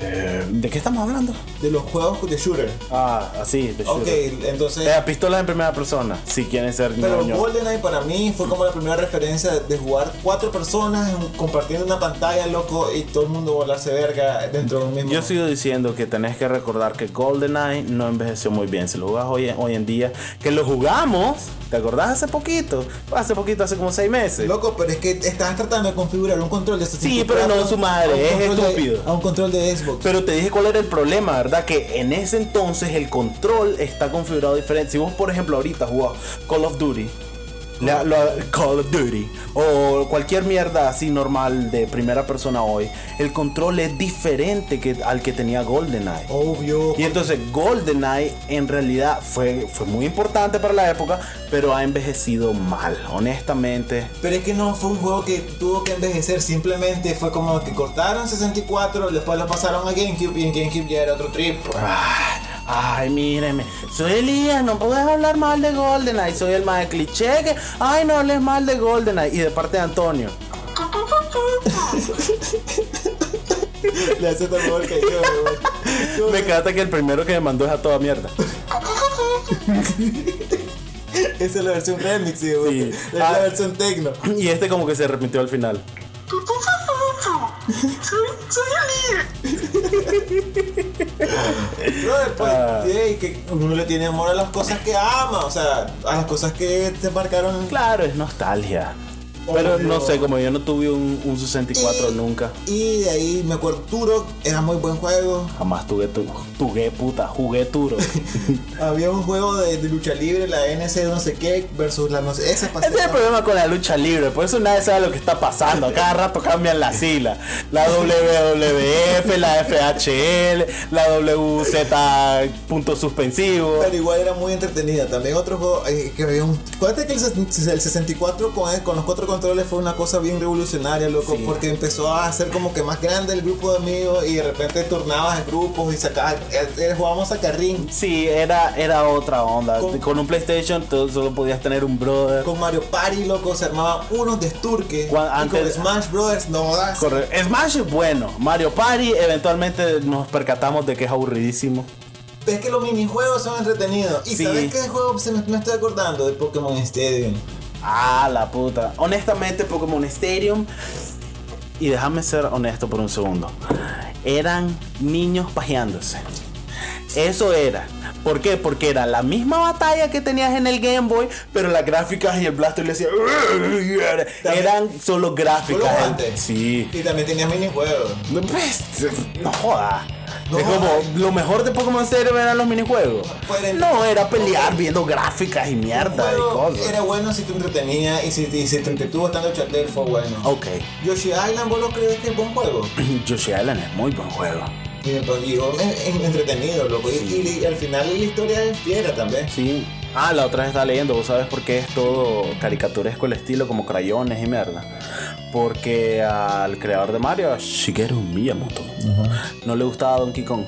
Speaker 1: eh, ¿De qué estamos hablando?
Speaker 2: De los juegos de shooter.
Speaker 1: Ah, así, de
Speaker 2: Ok,
Speaker 1: shooter.
Speaker 2: entonces.
Speaker 1: Eh, pistolas en primera persona, si quieren ser
Speaker 2: Pero
Speaker 1: ñoños.
Speaker 2: GoldenEye para mí fue como la primera referencia de jugar cuatro personas en- compartiendo una pantalla, loco, y todo el mundo volarse verga dentro de un mismo.
Speaker 1: Yo sigo diciendo que tenés que recordar que GoldenEye no envejeció muy bien. Si lo jugás hoy, hoy en día, que lo jugamos, ¿te acordás hace poquito? Hace poquito, hace como seis meses.
Speaker 2: Loco, pero es que estabas tratando de configurar un control de 64
Speaker 1: pero no en su madre,
Speaker 2: a un
Speaker 1: es
Speaker 2: control de-
Speaker 1: estúpido.
Speaker 2: a un control de Xbox.
Speaker 1: Pero te dije cuál era el problema, ¿verdad? Que en ese entonces el control está configurado diferente. Si vos, por ejemplo, ahorita jugás Call of Duty, la- la- Call of Duty, o cualquier mierda así normal de primera persona hoy, el control es diferente que, al que tenía GoldenEye.
Speaker 2: Obvio.
Speaker 1: Y entonces GoldenEye en realidad fue, fue muy importante para la época, pero ha envejecido mal, honestamente.
Speaker 2: Pero es que no fue un juego que tuvo que envejecer, simplemente fue como que cortaron 64, después lo pasaron a GameCube y en GameCube ya era otro
Speaker 1: (laughs)
Speaker 2: trip.
Speaker 1: Ay, Ay, míreme. Soy Elías, no puedes hablar mal de GoldenEye. Soy el más de cliché que. Ay, no hables mal de GoldenEye. Y de parte de Antonio.
Speaker 2: Le hace tan gol que yo, güey.
Speaker 1: Me encanta que el primero que me mandó es a toda mierda. (laughs)
Speaker 2: Esa es la versión remix, sí, güey.
Speaker 1: Sí.
Speaker 2: Es la
Speaker 1: Ah.
Speaker 2: versión techno.
Speaker 1: Y este como que se arrepintió al final.
Speaker 2: Brother, pues,
Speaker 1: Ah.
Speaker 2: ey, que uno le tiene amor a las cosas que ama, o sea, a las cosas que te marcaron.
Speaker 1: Claro, es nostalgia. Pero no sé, como yo no tuve un, un 64 nunca.
Speaker 2: Y de ahí me acuerdo, Turok era muy buen juego.
Speaker 1: Jamás tuve tu, tugué puta, jugué (laughs) turo. Ese
Speaker 2: Había un juego de, de lucha libre, la NC no sé qué, versus la no sé. Esa
Speaker 1: es el problema con la lucha libre, por eso nadie sabe lo que está pasando. Cada rato cambian las siglas. La WWF, la FHL, la WZ punto suspensivo.
Speaker 2: Pero igual era muy entretenida. También otro juego eh, que había un. Acuérdate que el, ses- el 64 con, eh, con los cuatro controles fue una cosa bien revolucionaria, loco.
Speaker 1: Sí.
Speaker 2: Porque empezó a hacer como que más grande el grupo de amigos y de repente tornabas en grupos y sacabas. eh, eh, jugábamos a carrín.
Speaker 1: Sí, era, era otra onda.
Speaker 2: Con-
Speaker 1: Con, un PlayStation tú solo podías tener un brother.
Speaker 2: Con Mario Party, loco, se armaban unos desturques.
Speaker 1: Cuan-
Speaker 2: Y con
Speaker 1: antes-
Speaker 2: Smash Brothers, no das.
Speaker 1: Corre- Smash es bueno. Mario Party, eventualmente nos percatamos de que es aburridísimo.
Speaker 2: Es que los minijuegos son entretenidos. ¿Y
Speaker 1: Sí.
Speaker 2: sabes qué juego se me, me estoy acordando? De Pokémon Stadium.
Speaker 1: Ah, la puta. Honestamente, Pokémon Stadium. Y déjame ser honesto por un segundo. Eran niños pajeándose. Eso era. ¿Por qué? Porque era la misma batalla que tenías en el Game Boy, pero las gráficas y el blaster le hacía. Eran solo
Speaker 2: Solo
Speaker 1: gráficas.
Speaker 2: guantes.
Speaker 1: sí.
Speaker 2: Y también tenía minijuegos.
Speaker 1: No, pues, no joda.
Speaker 2: No
Speaker 1: es como
Speaker 2: joda.
Speaker 1: lo mejor de Pokémon Stadium eran los minijuegos.
Speaker 2: Pero en-
Speaker 1: No, era pelear viendo gráficas y
Speaker 2: El
Speaker 1: mierda y
Speaker 2: juego
Speaker 1: cosas.
Speaker 2: Era bueno si te entretenía y si, y si te entretuvo estando chatel fue bueno.
Speaker 1: Ok, (clears throat)
Speaker 2: Yoshi Island, ¿vos lo crees que es buen juego?
Speaker 1: Yoshi Island es muy buen juego.
Speaker 2: Y me pareció en- en- entretenido, loco. Y, y- y al final la historia es fiera también.
Speaker 1: Sí. Ah, la otra vez estaba leyendo, ¿vos sabes por qué es todo caricaturesco el estilo, como crayones y mierda? Porque al creador de Mario, a Shigeru Miyamoto, no le gustaba Donkey Kong.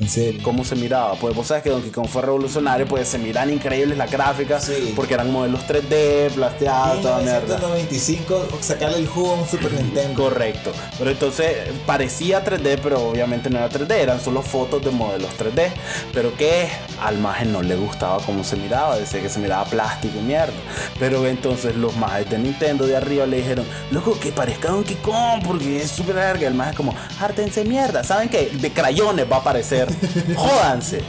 Speaker 2: En serio.
Speaker 1: ¿Cómo se miraba? Pues vos sabes que Donkey Kong fue revolucionario, pues se miran increíbles las gráficas,
Speaker 2: Sí.
Speaker 1: porque eran modelos 3D, plateados, Ah, toda mierda.
Speaker 2: 1995, sacarle el jugo a un Super Nintendo.
Speaker 1: Correcto. Pero entonces parecía 3D, pero obviamente no era 3D, eran solo fotos de modelos 3D. Pero que al maje no le gustaba cómo se miraba, decía que se miraba plástico y mierda. Pero entonces los majes de Nintendo de arriba le dijeron, loco, que parezca Donkey Kong, porque es súper larga. El maje como, ártense mierda, ¿saben qué? De crayones va a
Speaker 2: (laughs)
Speaker 1: aparecer, jódanse.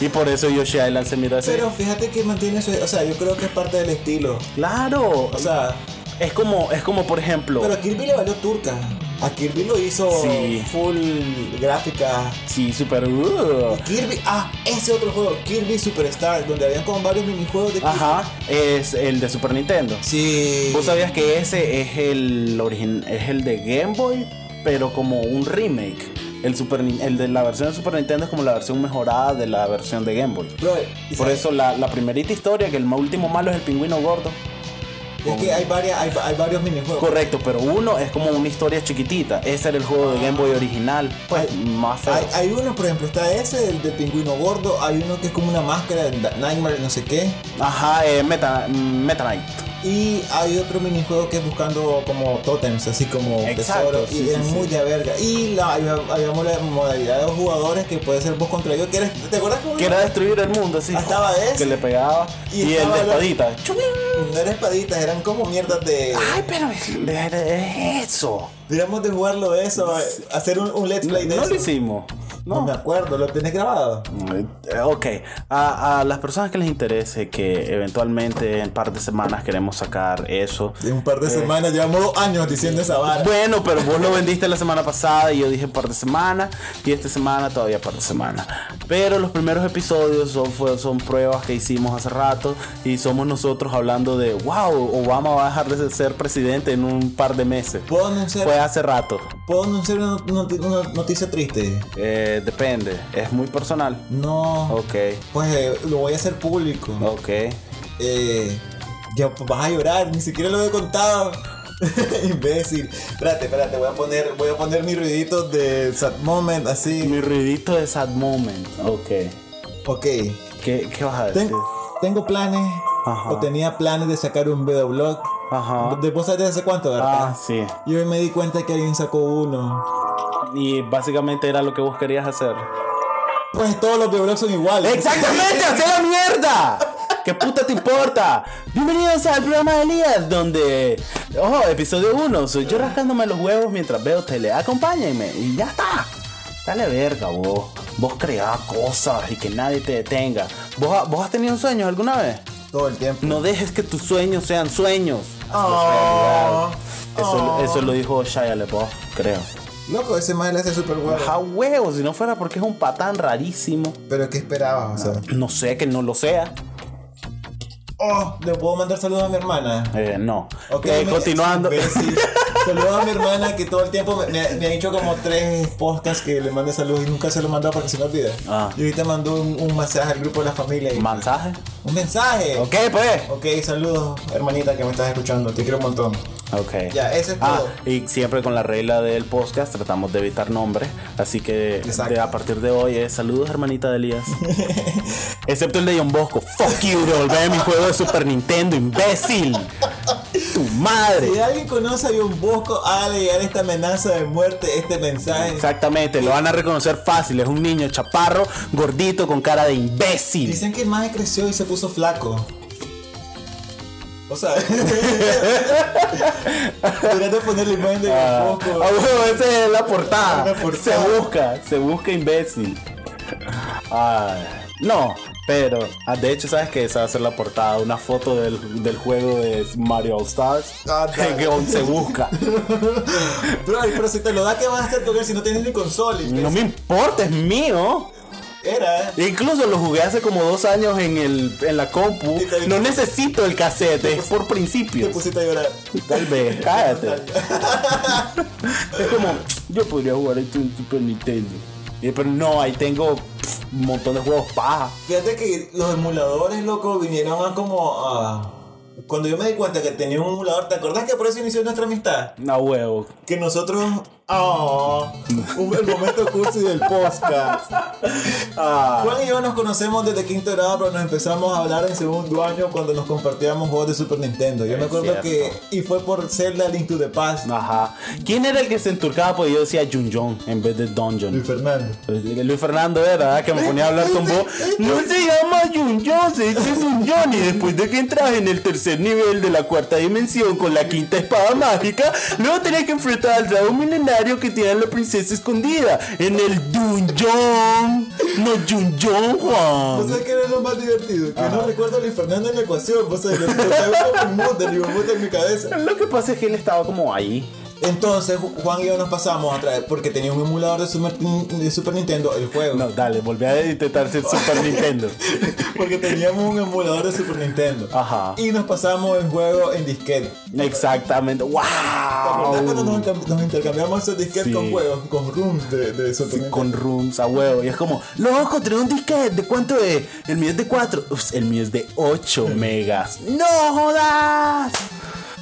Speaker 1: Y por eso Yoshi Island se mira así.
Speaker 2: Pero fíjate que mantiene su. O sea, yo creo que es parte del estilo.
Speaker 1: claro,
Speaker 2: O sea,
Speaker 1: es como, es como por ejemplo.
Speaker 2: pero a Kirby le valió turca. A Kirby lo hizo
Speaker 1: Sí. Ah.
Speaker 2: full gráfica.
Speaker 1: Sí, super. uh.
Speaker 2: Kirby, ah, ese otro juego, Kirby Superstar, donde habían como varios minijuegos de Kirby.
Speaker 1: Ajá, es el de Super Nintendo.
Speaker 2: Sí.
Speaker 1: ¿Vos sabías que ese es el origin- es el de Game Boy, pero como un remake? El, Super, Nin- el de la versión de Super Nintendo es como la versión mejorada de la versión de Game Boy.
Speaker 2: Bro, y
Speaker 1: Por
Speaker 2: sabes,
Speaker 1: eso la, la primerita historia, que el ma- último malo es el pingüino gordo.
Speaker 2: Es que hay, varias, hay, hay varios minijuegos.
Speaker 1: Correcto, pero uno es como una historia chiquitita. Ese era el juego de Game Boy original. Pues
Speaker 2: Ay,
Speaker 1: más feo.
Speaker 2: Hay, hay uno, por ejemplo, está ese, el de pingüino gordo. Hay uno que es como una máscara de Nightmare, no sé qué.
Speaker 1: Ajá, eh, Meta, Meta Knight.
Speaker 2: Y hay otro minijuego que es buscando como totems, así como
Speaker 1: Exacto,
Speaker 2: tesoros.
Speaker 1: sí,
Speaker 2: y
Speaker 1: sí,
Speaker 2: es
Speaker 1: sí.
Speaker 2: muy de verga. Y la, hay- habíamos la modalidad de los jugadores que puede ser vos contra yo. que eres- ¿Te acuerdas cómo
Speaker 1: Que era destruir el mundo, así.
Speaker 2: Ah, estaba ese.
Speaker 1: Que le pegaba.
Speaker 2: Y
Speaker 1: Y, el
Speaker 2: estaba
Speaker 1: de
Speaker 2: el-
Speaker 1: espadita. ¡Chuing!
Speaker 2: No eran espaditas, eran como mierdas de.
Speaker 1: Ay, pero es- de- de- es eso.
Speaker 2: Deberíamos de jugarlo eso, eh, hacer un, un let's
Speaker 1: No,
Speaker 2: play de
Speaker 1: no
Speaker 2: eso.
Speaker 1: lo hicimos.
Speaker 2: No.
Speaker 1: No.
Speaker 2: me acuerdo, ¿lo tenés grabado?
Speaker 1: Eh, Ok, a, a las personas que les interese, que eventualmente en par de semanas queremos sacar eso.
Speaker 2: De un par de semanas, llevamos dos años diciendo esa vara.
Speaker 1: Bueno, pero vos lo vendiste la semana pasada y yo dije par de semanas y esta semana todavía par de semanas. Pero los primeros episodios son, fue- son pruebas que hicimos hace rato y somos nosotros hablando de, wow, Obama va a dejar de ser presidente en un par de meses.
Speaker 2: ¿Puedo anunciar,
Speaker 1: Fue hace rato.
Speaker 2: ¿puedo anunciar una, noti- una noticia triste?
Speaker 1: Eh, depende, es muy personal.
Speaker 2: No.
Speaker 1: Ok,
Speaker 2: Pues eh, lo voy a hacer público.
Speaker 1: ok.
Speaker 2: Eh, ya pues, vas a llorar, ni siquiera lo he contado. (laughs) Imbécil. Espérate, espérate, voy a poner, voy a poner mis ruiditos de sad moment así.
Speaker 1: Mi ruidito de sad moment. Ok.
Speaker 2: Ok.
Speaker 1: ¿Qué, qué vas a decir?
Speaker 2: Ten- tengo planes.
Speaker 1: Ajá.
Speaker 2: O tenía planes de sacar un videoblog.
Speaker 1: Ajá.
Speaker 2: ¿De vos sabés hace cuánto, verdad?
Speaker 1: Ah, sí.
Speaker 2: Y hoy me di cuenta que alguien sacó uno.
Speaker 1: Y básicamente era lo que vos querías hacer.
Speaker 2: Pues todos los videoblogs son iguales.
Speaker 1: ¡Exactamente! ¡Hacemos mierda! ¿Qué puta te importa? Bienvenidos al programa de Elías, donde. Ojo, episodio 1. Soy yo rascándome los huevos mientras veo tele. Acompáñenme y ya está. Dale verga, vos. Vos creás cosas y que nadie te detenga. ¿Vos, ha- ¿Vos has tenido sueños alguna vez?
Speaker 2: Todo el tiempo.
Speaker 1: No dejes que tus sueños sean sueños.
Speaker 2: Oh.
Speaker 1: Realidad. Eso,
Speaker 2: Oh.
Speaker 1: eso lo dijo Shia LaBeouf, creo.
Speaker 2: Loco, ese mal le hace súper bueno.
Speaker 1: Ja huevo, si no fuera porque es un patán rarísimo.
Speaker 2: Pero ¿qué esperabas? O sea.
Speaker 1: No sé que no lo sea. Ah.
Speaker 2: Oh, le puedo mandar saludos a mi hermana.
Speaker 1: Eh, no.
Speaker 2: Ok,
Speaker 1: Eh,
Speaker 2: me-
Speaker 1: continuando.
Speaker 2: imbécil. saludos a mi hermana que todo el tiempo me, me ha- me ha dicho como tres postas que le mande saludos y nunca se lo mandó porque se me olvida.
Speaker 1: Ah.
Speaker 2: Y ahorita mandó un, un mensaje al grupo de la familia. y-
Speaker 1: Mensaje.
Speaker 2: un mensaje.
Speaker 1: Ok, pues.
Speaker 2: ok, saludos, hermanita que me estás escuchando. Te quiero un montón.
Speaker 1: Ok.
Speaker 2: Ya, eso es
Speaker 1: Ah,
Speaker 2: todo.
Speaker 1: y siempre con la regla del podcast tratamos de evitar nombres. Así que
Speaker 2: Exacto.
Speaker 1: de- a partir de hoy es saludos, hermanita de
Speaker 2: (laughs)
Speaker 1: Elías. Excepto el de John Bosco. Fuck you, devolver mi juego de Super Nintendo, imbécil. Tu madre.
Speaker 2: Si alguien conoce a John Bosco, hágale llegar esta amenaza de muerte, este mensaje.
Speaker 1: Exactamente, lo van a reconocer fácil. Es un niño chaparro, gordito, con cara de imbécil.
Speaker 2: Dicen que el maje creció y se puso flaco. O sea, (laughs) deberías de poner la imagen de
Speaker 1: Ah, ah,
Speaker 2: John Bosco.
Speaker 1: bueno, esa es la portada.
Speaker 2: La portada.
Speaker 1: Se busca, se busca imbécil. Ay, no, pero ah, de hecho, ¿sabes que Esa va a ser la portada. Una foto del, del juego de Mario All Stars.
Speaker 2: Ah,
Speaker 1: (laughs)
Speaker 2: dale.
Speaker 1: que aún se
Speaker 2: (laughs)
Speaker 1: busca.
Speaker 2: Bro, pero si te lo da, ¿qué vas a hacer con él si no tienes ni consola?
Speaker 1: No me importa, es mío.
Speaker 2: Era, eh.
Speaker 1: Incluso lo jugué hace como dos años en, el, en la compu.
Speaker 2: Y te-
Speaker 1: No necesito el cassette, es por
Speaker 2: Te
Speaker 1: principio.
Speaker 2: pusiste a llorar.
Speaker 1: Tal vez, cállate. es como, yo podría jugar esto en Super Nintendo. Y, pero no, ahí tengo pff, un montón de juegos paja.
Speaker 2: Fíjate que los emuladores, loco, vinieron a como a. Cuando yo me di cuenta que tenía un emulador, ¿te acordás que por eso inició nuestra amistad?
Speaker 1: No huevo.
Speaker 2: Que nosotros. ¡Oh! un- el momento cursi del podcast.
Speaker 1: Ah,
Speaker 2: Juan y yo nos conocemos desde quinto grado, pero nos empezamos a hablar en segundo año cuando nos compartíamos juegos de Super Nintendo. Yo me
Speaker 1: Es
Speaker 2: acuerdo que.
Speaker 1: cierto.
Speaker 2: Y fue por Zelda Link to the Past.
Speaker 1: ajá. ¿Quién era el que se enturcaba? Pues yo decía Junjon en vez de
Speaker 2: Luis
Speaker 1: Dungeon.
Speaker 2: Fernando.
Speaker 1: Luis Fernando era, ¿verdad? que me ponía a hablar con vos. No se llama Junjon, se dice Junjon. Y después de que entras en el tercer nivel de la cuarta dimensión con la quinta espada mágica, luego tenías que enfrentar al dragón milenario que tiene a la princesa escondida en el Junjon. No Junjon,
Speaker 2: ¿Vos
Speaker 1: Juan.
Speaker 2: sabés que era lo más divertido? Que no recuerdo a Luis Fernando en la ecuación. Vos sabés, lo que tengo un (laughs) mood del hijueputa en mi cabeza.
Speaker 1: Lo que pasa es que él estaba como ahí.
Speaker 2: Entonces, Ju- Juan y yo nos pasamos a traer, porque tenía un emulador de Super, de Super Nintendo, el juego.
Speaker 1: No, dale, volví a intentar ser Super Nintendo.
Speaker 2: (laughs) Porque teníamos un emulador de Super Nintendo.
Speaker 1: Ajá.
Speaker 2: Y nos pasamos el juego en disquete.
Speaker 1: Exactamente.
Speaker 2: ¿Te acordás cuando nos,
Speaker 1: ¡Wow!
Speaker 2: encam- nos intercambiamos esos disquetes
Speaker 1: Sí.
Speaker 2: con juegos, con rooms de, de Super Nintendo?
Speaker 1: Con rooms a huevo. Y es como, loco, trae un disquete. ¿De cuánto es? El mío es de 4. el mío es de 8 megas. ¡No jodas!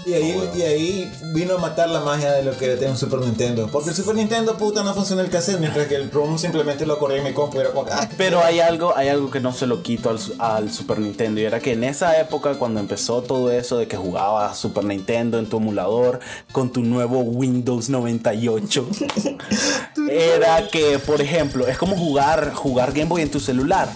Speaker 2: Y ahí, y ahí vino a matar la magia de lo que era un Super Nintendo. Porque el Super Nintendo, puta, no funciona el cassette, mientras que el ROM simplemente lo corría en mi compu y era como, ah,
Speaker 1: Pero hay algo, hay algo que no se lo quito al, su- al Super Nintendo. Y era que en esa época, cuando empezó todo eso de que jugabas Super Nintendo en tu emulador con tu nuevo Windows
Speaker 2: (laughs)
Speaker 1: 98, era que, por ejemplo, es como jugar, jugar Game Boy en tu celular.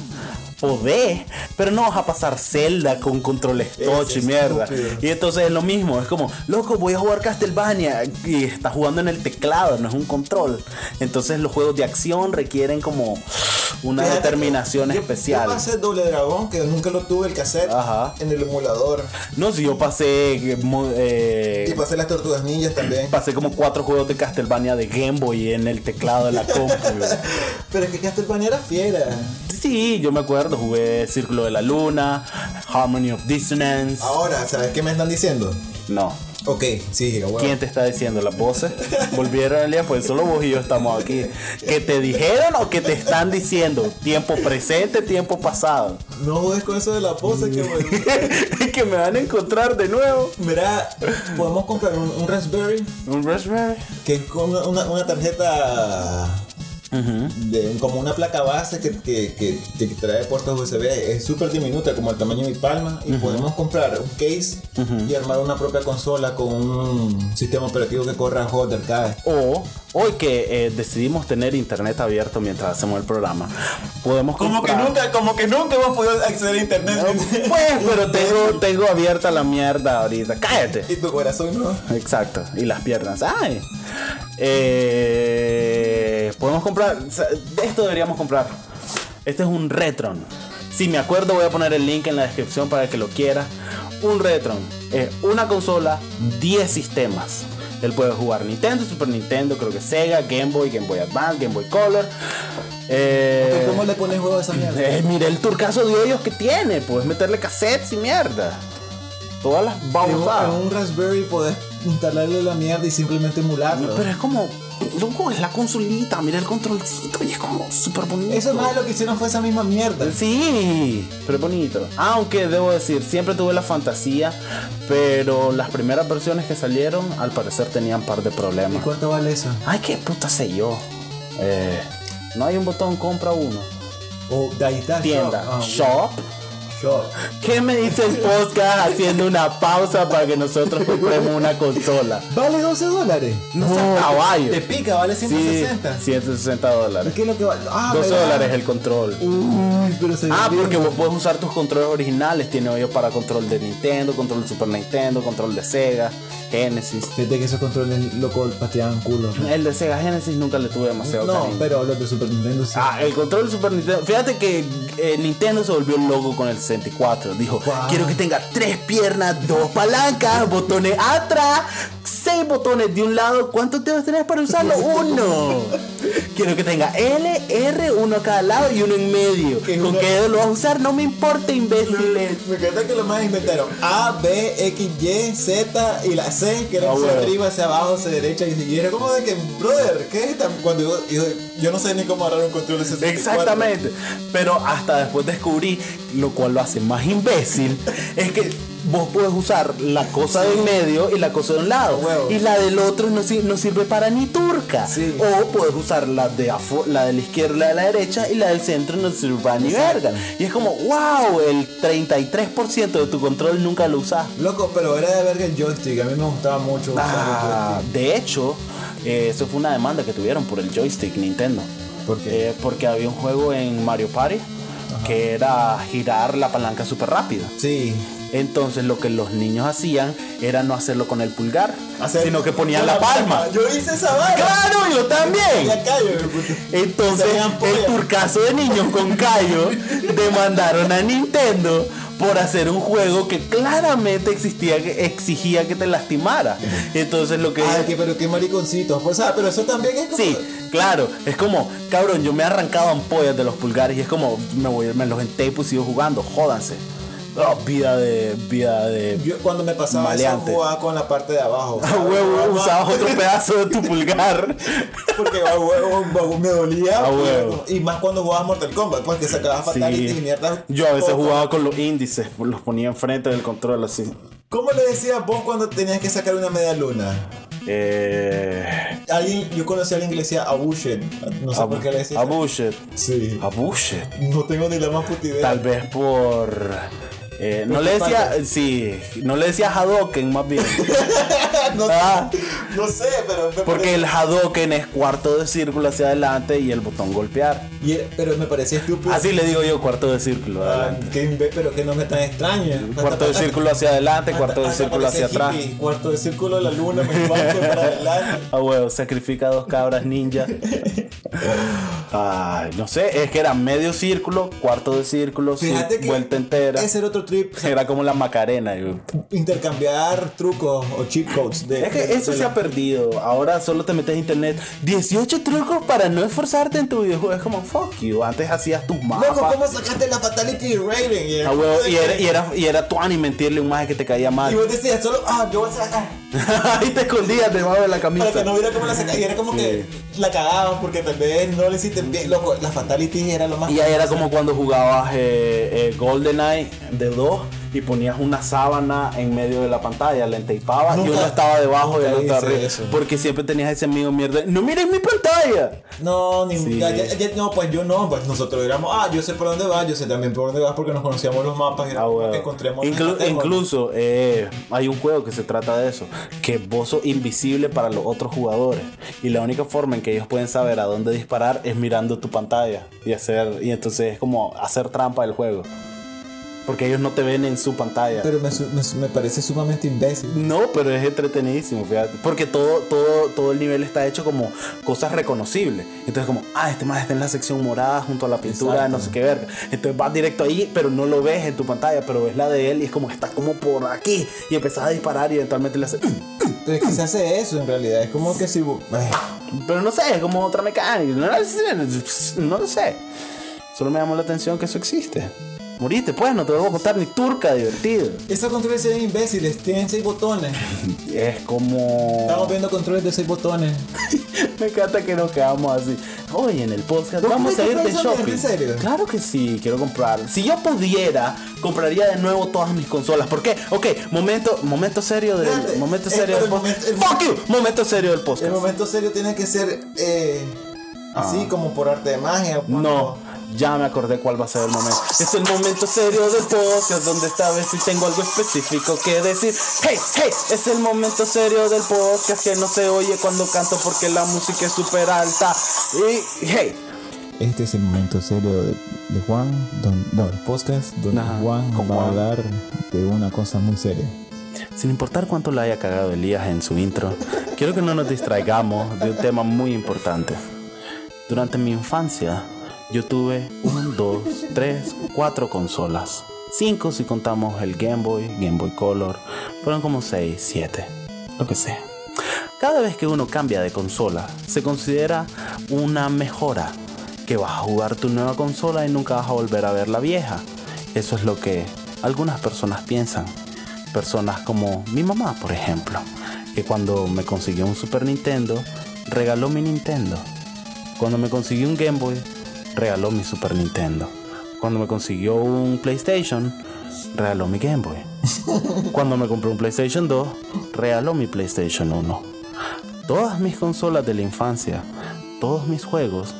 Speaker 1: Podés, pero no vas a pasar Zelda con controles touch y
Speaker 2: es
Speaker 1: mierda.
Speaker 2: estúpido.
Speaker 1: Y entonces es lo mismo, es como, loco, voy a jugar Castlevania y está jugando en el teclado, no es un control. Entonces los juegos de acción requieren como una
Speaker 2: Fíjate que
Speaker 1: determinación
Speaker 2: yo-
Speaker 1: especial.
Speaker 2: Yo pasé Doble Dragón, que nunca lo tuve el cassette
Speaker 1: Ajá.
Speaker 2: en el emulador.
Speaker 1: No, si yo pasé eh, mo- eh,
Speaker 2: Y pasé las Tortugas
Speaker 1: (laughs)
Speaker 2: Ninjas también.
Speaker 1: pasé como cuatro juegos de Castlevania de Game Boy en el teclado de la compu.
Speaker 2: (laughs)
Speaker 1: güey.
Speaker 2: Pero es que Castlevania era fiera.
Speaker 1: sí, yo me acuerdo, jugué Círculo de la Luna, Harmony of Dissonance.
Speaker 2: Ahora, ¿sabes qué me están diciendo?
Speaker 1: No.
Speaker 2: Ok, sí, bueno.
Speaker 1: ¿Quién te está diciendo las voces? Volvieron al día, pues solo vos y yo estamos aquí. ¿Que te dijeron o que te están diciendo? Tiempo presente, tiempo pasado. (laughs)
Speaker 2: No jodes con eso de la pose que bueno.
Speaker 1: que me van a encontrar de nuevo.
Speaker 2: Mira, podemos comprar un, un Raspberry
Speaker 1: Un Raspberry.
Speaker 2: que es con una, una- una tarjeta. de- como una placa base que, que, que- que trae puertos USB es súper diminuta como el tamaño de mi palma y podemos comprar un case y armar una propia consola con un sistema operativo que corra juegos de arcade
Speaker 1: O hoy que eh, decidimos tener internet abierto mientras hacemos el programa, podemos comprar-
Speaker 2: como que nunca hemos podido acceder a internet (laughs)
Speaker 1: Pues, pero tengo, tengo abierta la mierda ahorita. Cállate.
Speaker 2: y tu corazón no
Speaker 1: Exacto, y las piernas. ¡Ay! Eh, podemos comprar. o sea, De esto deberíamos comprar. Este es un Retron. Si me acuerdo, voy a poner el link en la descripción para que lo quiera. Un Retron es una consola, 10 sistemas. Él puede jugar Nintendo, Super Nintendo, creo que Sega, Game Boy, Game Boy Advance, Game Boy Color. Eh,
Speaker 2: ¿Y ¿Cómo le pones juego a esa mierda?
Speaker 1: eh, mira el turcaso de hoyos que tiene. Puedes meterle cassettes y mierda. Todas las
Speaker 2: En un, en
Speaker 1: babosadas.
Speaker 2: un Raspberry podés instalarle la mierda y simplemente emularlo.
Speaker 1: Pero es como, loco, es la consolita, mira el controlcito y es como súper bonito.
Speaker 2: Eso más lo que hicieron fue esa misma mierda.
Speaker 1: Sí, pero es bonito. Aunque debo decir, siempre tuve la fantasía, pero las primeras versiones que salieron al parecer tenían par de
Speaker 2: ¿Y
Speaker 1: problemas.
Speaker 2: cuánto vale eso?
Speaker 1: Ay, qué puta sé yo. Eh, no hay un botón compra uno.
Speaker 2: O Daita
Speaker 1: Tienda,
Speaker 2: Shop.
Speaker 1: shop.
Speaker 2: Ah, shop.
Speaker 1: ¿Qué me dice el podcast haciendo una pausa para que nosotros compremos una consola?
Speaker 2: Vale 12 dólares.
Speaker 1: No seas caballo.
Speaker 2: Te pica, vale
Speaker 1: Sí,
Speaker 2: 160.
Speaker 1: 160 dólares.
Speaker 2: ¿Qué es lo que vale? Ah, Uh,
Speaker 1: 12
Speaker 2: ¿verdad?
Speaker 1: dólares el control.
Speaker 2: Uy, pero se
Speaker 1: Ah,
Speaker 2: vendió.
Speaker 1: porque vos puedes usar tus controles originales. Tiene hoyos para control de Nintendo, control de Super Nintendo, control de Sega, Genesis.
Speaker 2: Fíjate que esos controles loco pateaban culo.
Speaker 1: El de Sega Genesis nunca le tuve demasiado
Speaker 2: No,
Speaker 1: cariño.
Speaker 2: pero los de Super Nintendo sí.
Speaker 1: Ah, el control de Super Nintendo. Fíjate que eh, Nintendo se volvió loco con el 64. Dijo,
Speaker 2: Wow.
Speaker 1: quiero que tenga tres piernas, dos palancas, botones atrás, seis botones de un lado, ¿cuántos dedos tenés para usarlo? Uno. Quiero que tenga L, R, uno a cada lado y uno en medio.
Speaker 2: Que es
Speaker 1: ¿Con
Speaker 2: una-
Speaker 1: qué dedo lo vas a usar? No me importa, imbéciles.
Speaker 2: Me encanta que lo más inventaron. A, B, X, Y, Z y la C, que era
Speaker 1: Ah,
Speaker 2: hacia
Speaker 1: bueno.
Speaker 2: arriba, hacia abajo, hacia derecha. Y, y era como de que, brother, ¿qué es esta? Cuando yo, yo- yo no sé ni cómo agarrar un control de 64.
Speaker 1: Exactamente. Pero hasta después descubrí, lo cual lo hace más imbécil, es que vos puedes usar la cosa de en medio y la cosa de un lado.
Speaker 2: Huevo.
Speaker 1: Y la del otro no, sir- no sirve para ni turca.
Speaker 2: Sí.
Speaker 1: O puedes usar la de, afo- la de la izquierda, la de la derecha y la del centro no sirve para ni verga. Y es como, wow, el 33% de tu control nunca lo usás.
Speaker 2: Loco, pero era de verga el joystick. A mí me gustaba mucho usar
Speaker 1: Ah, de hecho, eh, eso fue una demanda que tuvieron por el joystick Nintendo.
Speaker 2: ¿Por qué?
Speaker 1: Eh, porque había un juego en Mario Party que era girar la palanca súper rápido.
Speaker 2: el joystick. Sí.
Speaker 1: Entonces lo que los niños hacían era no hacerlo con el pulgar,
Speaker 2: Hacer-
Speaker 1: sino que ponían
Speaker 2: Yo
Speaker 1: la palma.
Speaker 2: Yo hice esa vaina.
Speaker 1: ¡Claro, yo también!
Speaker 2: Ya callo, hijo de puta.
Speaker 1: Entonces,
Speaker 2: Se veían
Speaker 1: el
Speaker 2: pollas.
Speaker 1: turcaso de niños con callo demandaron a Nintendo por hacer un juego que claramente existía, exigía que te lastimara. Entonces, lo que.
Speaker 2: Ay, que, pero qué mariconcitos. Pues, ah, pero eso también es como.
Speaker 1: Sí, claro, es como, cabrón, yo me he arrancado ampollas de los pulgares y es como, me voy, me los entepo y sigo jugando, jódanse. Oh, vida de, vida de... (laughs)
Speaker 2: Yo cuando me pasaba
Speaker 1: Maleante.
Speaker 2: eso jugaba con la parte de abajo.
Speaker 1: (laughs) A huevo, usabas otro pedazo de tu
Speaker 2: (laughs)
Speaker 1: pulgar.
Speaker 2: Porque a huevo, a huevo, me dolía.
Speaker 1: A huevo.
Speaker 2: Y más cuando jugabas Mortal Kombat, porque sacabas fatalities y
Speaker 1: Sí.
Speaker 2: mierdas.
Speaker 1: Yo a veces
Speaker 2: ¿Cómo-
Speaker 1: jugaba con los índices, los ponía enfrente del control así.
Speaker 2: ¿Cómo le decías vos cuando tenías que sacar una media luna?
Speaker 1: Eh...
Speaker 2: Alguien, yo conocí a alguien que le decía Abushen. No sé por qué le decía.
Speaker 1: Abushet.
Speaker 2: Sí.
Speaker 1: Abushet.
Speaker 2: No tengo ni la más puta idea.
Speaker 1: Tal vez por... eh, no
Speaker 2: Por
Speaker 1: le
Speaker 2: tu
Speaker 1: decía,
Speaker 2: espalda.
Speaker 1: sí, no le decía Hadoken más bien.
Speaker 2: (laughs) no,
Speaker 1: Ah.
Speaker 2: no sé, pero. me
Speaker 1: Porque el Hadoken es cuarto de círculo hacia adelante y el botón golpear.
Speaker 2: Y era- pero me parecía estúpido.
Speaker 1: Así le digo yo, cuarto de círculo
Speaker 2: Ah,
Speaker 1: adelante.
Speaker 2: qué imbe- pero que no me tan extraño.
Speaker 1: Cuarto de círculo hacia adelante, cuarto de círculo hacia atrás.
Speaker 2: Cuarto de círculo, la luna, me banco para adelante.
Speaker 1: Ah, huevo, sacrifica dos cabras ninja. Ay, no sé, es que era medio círculo, cuarto de círculo, (laughs) sí,
Speaker 2: Fíjate que
Speaker 1: vuelta entera.
Speaker 2: Ese era otro trip. o sea,
Speaker 1: Era como la Macarena. yo.
Speaker 2: Intercambiar trucos o cheat codes. De,
Speaker 1: Es que
Speaker 2: de-
Speaker 1: eso
Speaker 2: de
Speaker 1: se
Speaker 2: la-
Speaker 1: ha perdido. Ahora solo te metes a internet. 18 trucos para no esforzarte en tu videojuego. Es como fuck you. Antes hacías tus mapas.
Speaker 2: Loco, ¿cómo sacaste la fatality rating? Y,
Speaker 1: Ah, huevo, y, era, y, era, y era tuani mentirle un maje que te caía
Speaker 2: y
Speaker 1: mal. (laughs)
Speaker 2: vos decías solo, ah, yo voy a sacar.
Speaker 1: y te escondías debajo de la
Speaker 2: Para que
Speaker 1: camisa.
Speaker 2: no viera cómo la sacaba. Y era como que la cagabas porque tal vez no le hiciste bien. Loco, la fatality era lo más.
Speaker 1: Y ahí era como cuando jugabas eh, eh, GoldenEye de 2 y ponías una sábana en medio de la pantalla, la entapabas y
Speaker 2: Nunca-
Speaker 1: uno estaba debajo y el otro
Speaker 2: nunca hice
Speaker 1: arriba.
Speaker 2: eso.
Speaker 1: Porque siempre tenías ese amigo mierda. ¡No mires mi pantalla!
Speaker 2: No, ni
Speaker 1: Sí.
Speaker 2: ya- ya- ya- no, pues yo no, pues nosotros éramos, ah, yo sé por dónde vas, yo sé también por dónde vas porque nos conocíamos los mapas y era
Speaker 1: Ah,
Speaker 2: como
Speaker 1: huevo.
Speaker 2: que encontremos
Speaker 1: Inclu-
Speaker 2: nos matemos.
Speaker 1: incluso eh, hay un juego que se trata de eso, que vos sos invisible para los otros jugadores y la única forma en que ellos pueden saber a dónde disparar es mirando tu pantalla y hacer y entonces es como hacer trampa del juego. Porque ellos no te ven en su pantalla.
Speaker 2: Pero me, su- me su- me parece sumamente imbécil.
Speaker 1: No, pero es entretenidísimo, fíjate. Porque todo, todo, todo el nivel está hecho como cosas reconocibles. Entonces, como, ah, este más está en la sección morada junto a la pintura,
Speaker 2: Exacto.
Speaker 1: no sé qué verga. Entonces vas directo ahí, pero no lo ves en tu pantalla, pero ves la de él y es como, está como por aquí. Y empezás a disparar y eventualmente le "Mm". hace.
Speaker 2: Pero es que se hace eso en realidad, es como que si... bu- Ay,
Speaker 1: Pero no sé, es como otra mecánica. No, lo sé, no lo sé. Solo me llamó la atención que eso existe. Moriste, pues, no te lo voy a contar ni turca, divertido.
Speaker 2: Esos controles son imbéciles, tienen seis botones.
Speaker 1: Es como.
Speaker 2: Estamos viendo controles de seis botones.
Speaker 1: Me encanta que nos quedamos así. Hoy en el podcast
Speaker 2: ¿Vos
Speaker 1: vamos a
Speaker 2: querés
Speaker 1: ir de
Speaker 2: comprar esa
Speaker 1: shopping.
Speaker 2: mierda, en serio?
Speaker 1: Claro que sí, quiero comprar. Si yo pudiera, compraría de nuevo todas mis consolas. ¿Por qué? Ok, momento, momento serio del
Speaker 2: Espérate,
Speaker 1: momento
Speaker 2: eh,
Speaker 1: serio
Speaker 2: pero
Speaker 1: del
Speaker 2: el
Speaker 1: podcast.
Speaker 2: momento- el
Speaker 1: Fuck you, momento serio del
Speaker 2: El
Speaker 1: podcast.
Speaker 2: momento serio tiene que ser eh, así como por arte de magia.
Speaker 1: No, ya me acordé cuál va a ser el momento. Es el momento serio del podcast donde esta vez sí tengo algo específico que decir. Hey, hey, es el momento serio del podcast que no se oye cuando canto porque la música es súper alta. Y hey,
Speaker 2: Este es el momento serio de, de Juan, don, no, el podcast, donde
Speaker 1: Ajá,
Speaker 2: Juan
Speaker 1: con
Speaker 2: va
Speaker 1: Juan.
Speaker 2: a hablar de una cosa muy seria.
Speaker 1: Sin importar cuánto la haya cagado Elías en su intro, quiero que no nos distraigamos de un tema muy importante. Durante mi infancia, yo tuve 1, 2, 3, 4 consolas. 5 si contamos el Game Boy, Game Boy Color. Fueron como 6, 7, lo que sea. Cada vez que uno cambia de consola, se considera una mejora, que vas a jugar tu nueva consola y nunca vas a volver a ver la vieja. Eso es lo que algunas personas piensan. Personas como mi mamá, por ejemplo, que cuando me consiguió un Super Nintendo, regaló mi Nintendo. Cuando me consiguió un Game Boy, regaló mi Super Nintendo. Cuando me consiguió un PlayStation, regaló mi Game Boy. Cuando me compré un PlayStation 2, regaló mi PlayStation 1. Todas mis consolas de la infancia, todos mis juegos,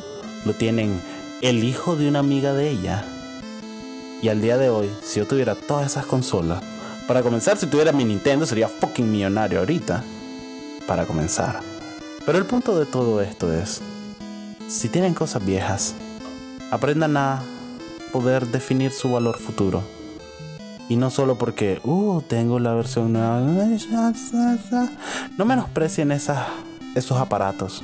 Speaker 1: lo tienen el hijo de una amiga de ella. Y al día de hoy, si yo tuviera todas esas consolas, para comenzar, si tuviera mi Nintendo, sería fucking millonario ahorita. Para comenzar. Pero el punto de todo esto es, si tienen cosas viejas, aprendan a poder definir su valor futuro. Y no solo porque, uh, tengo la versión nueva. No menosprecien esas, esos aparatos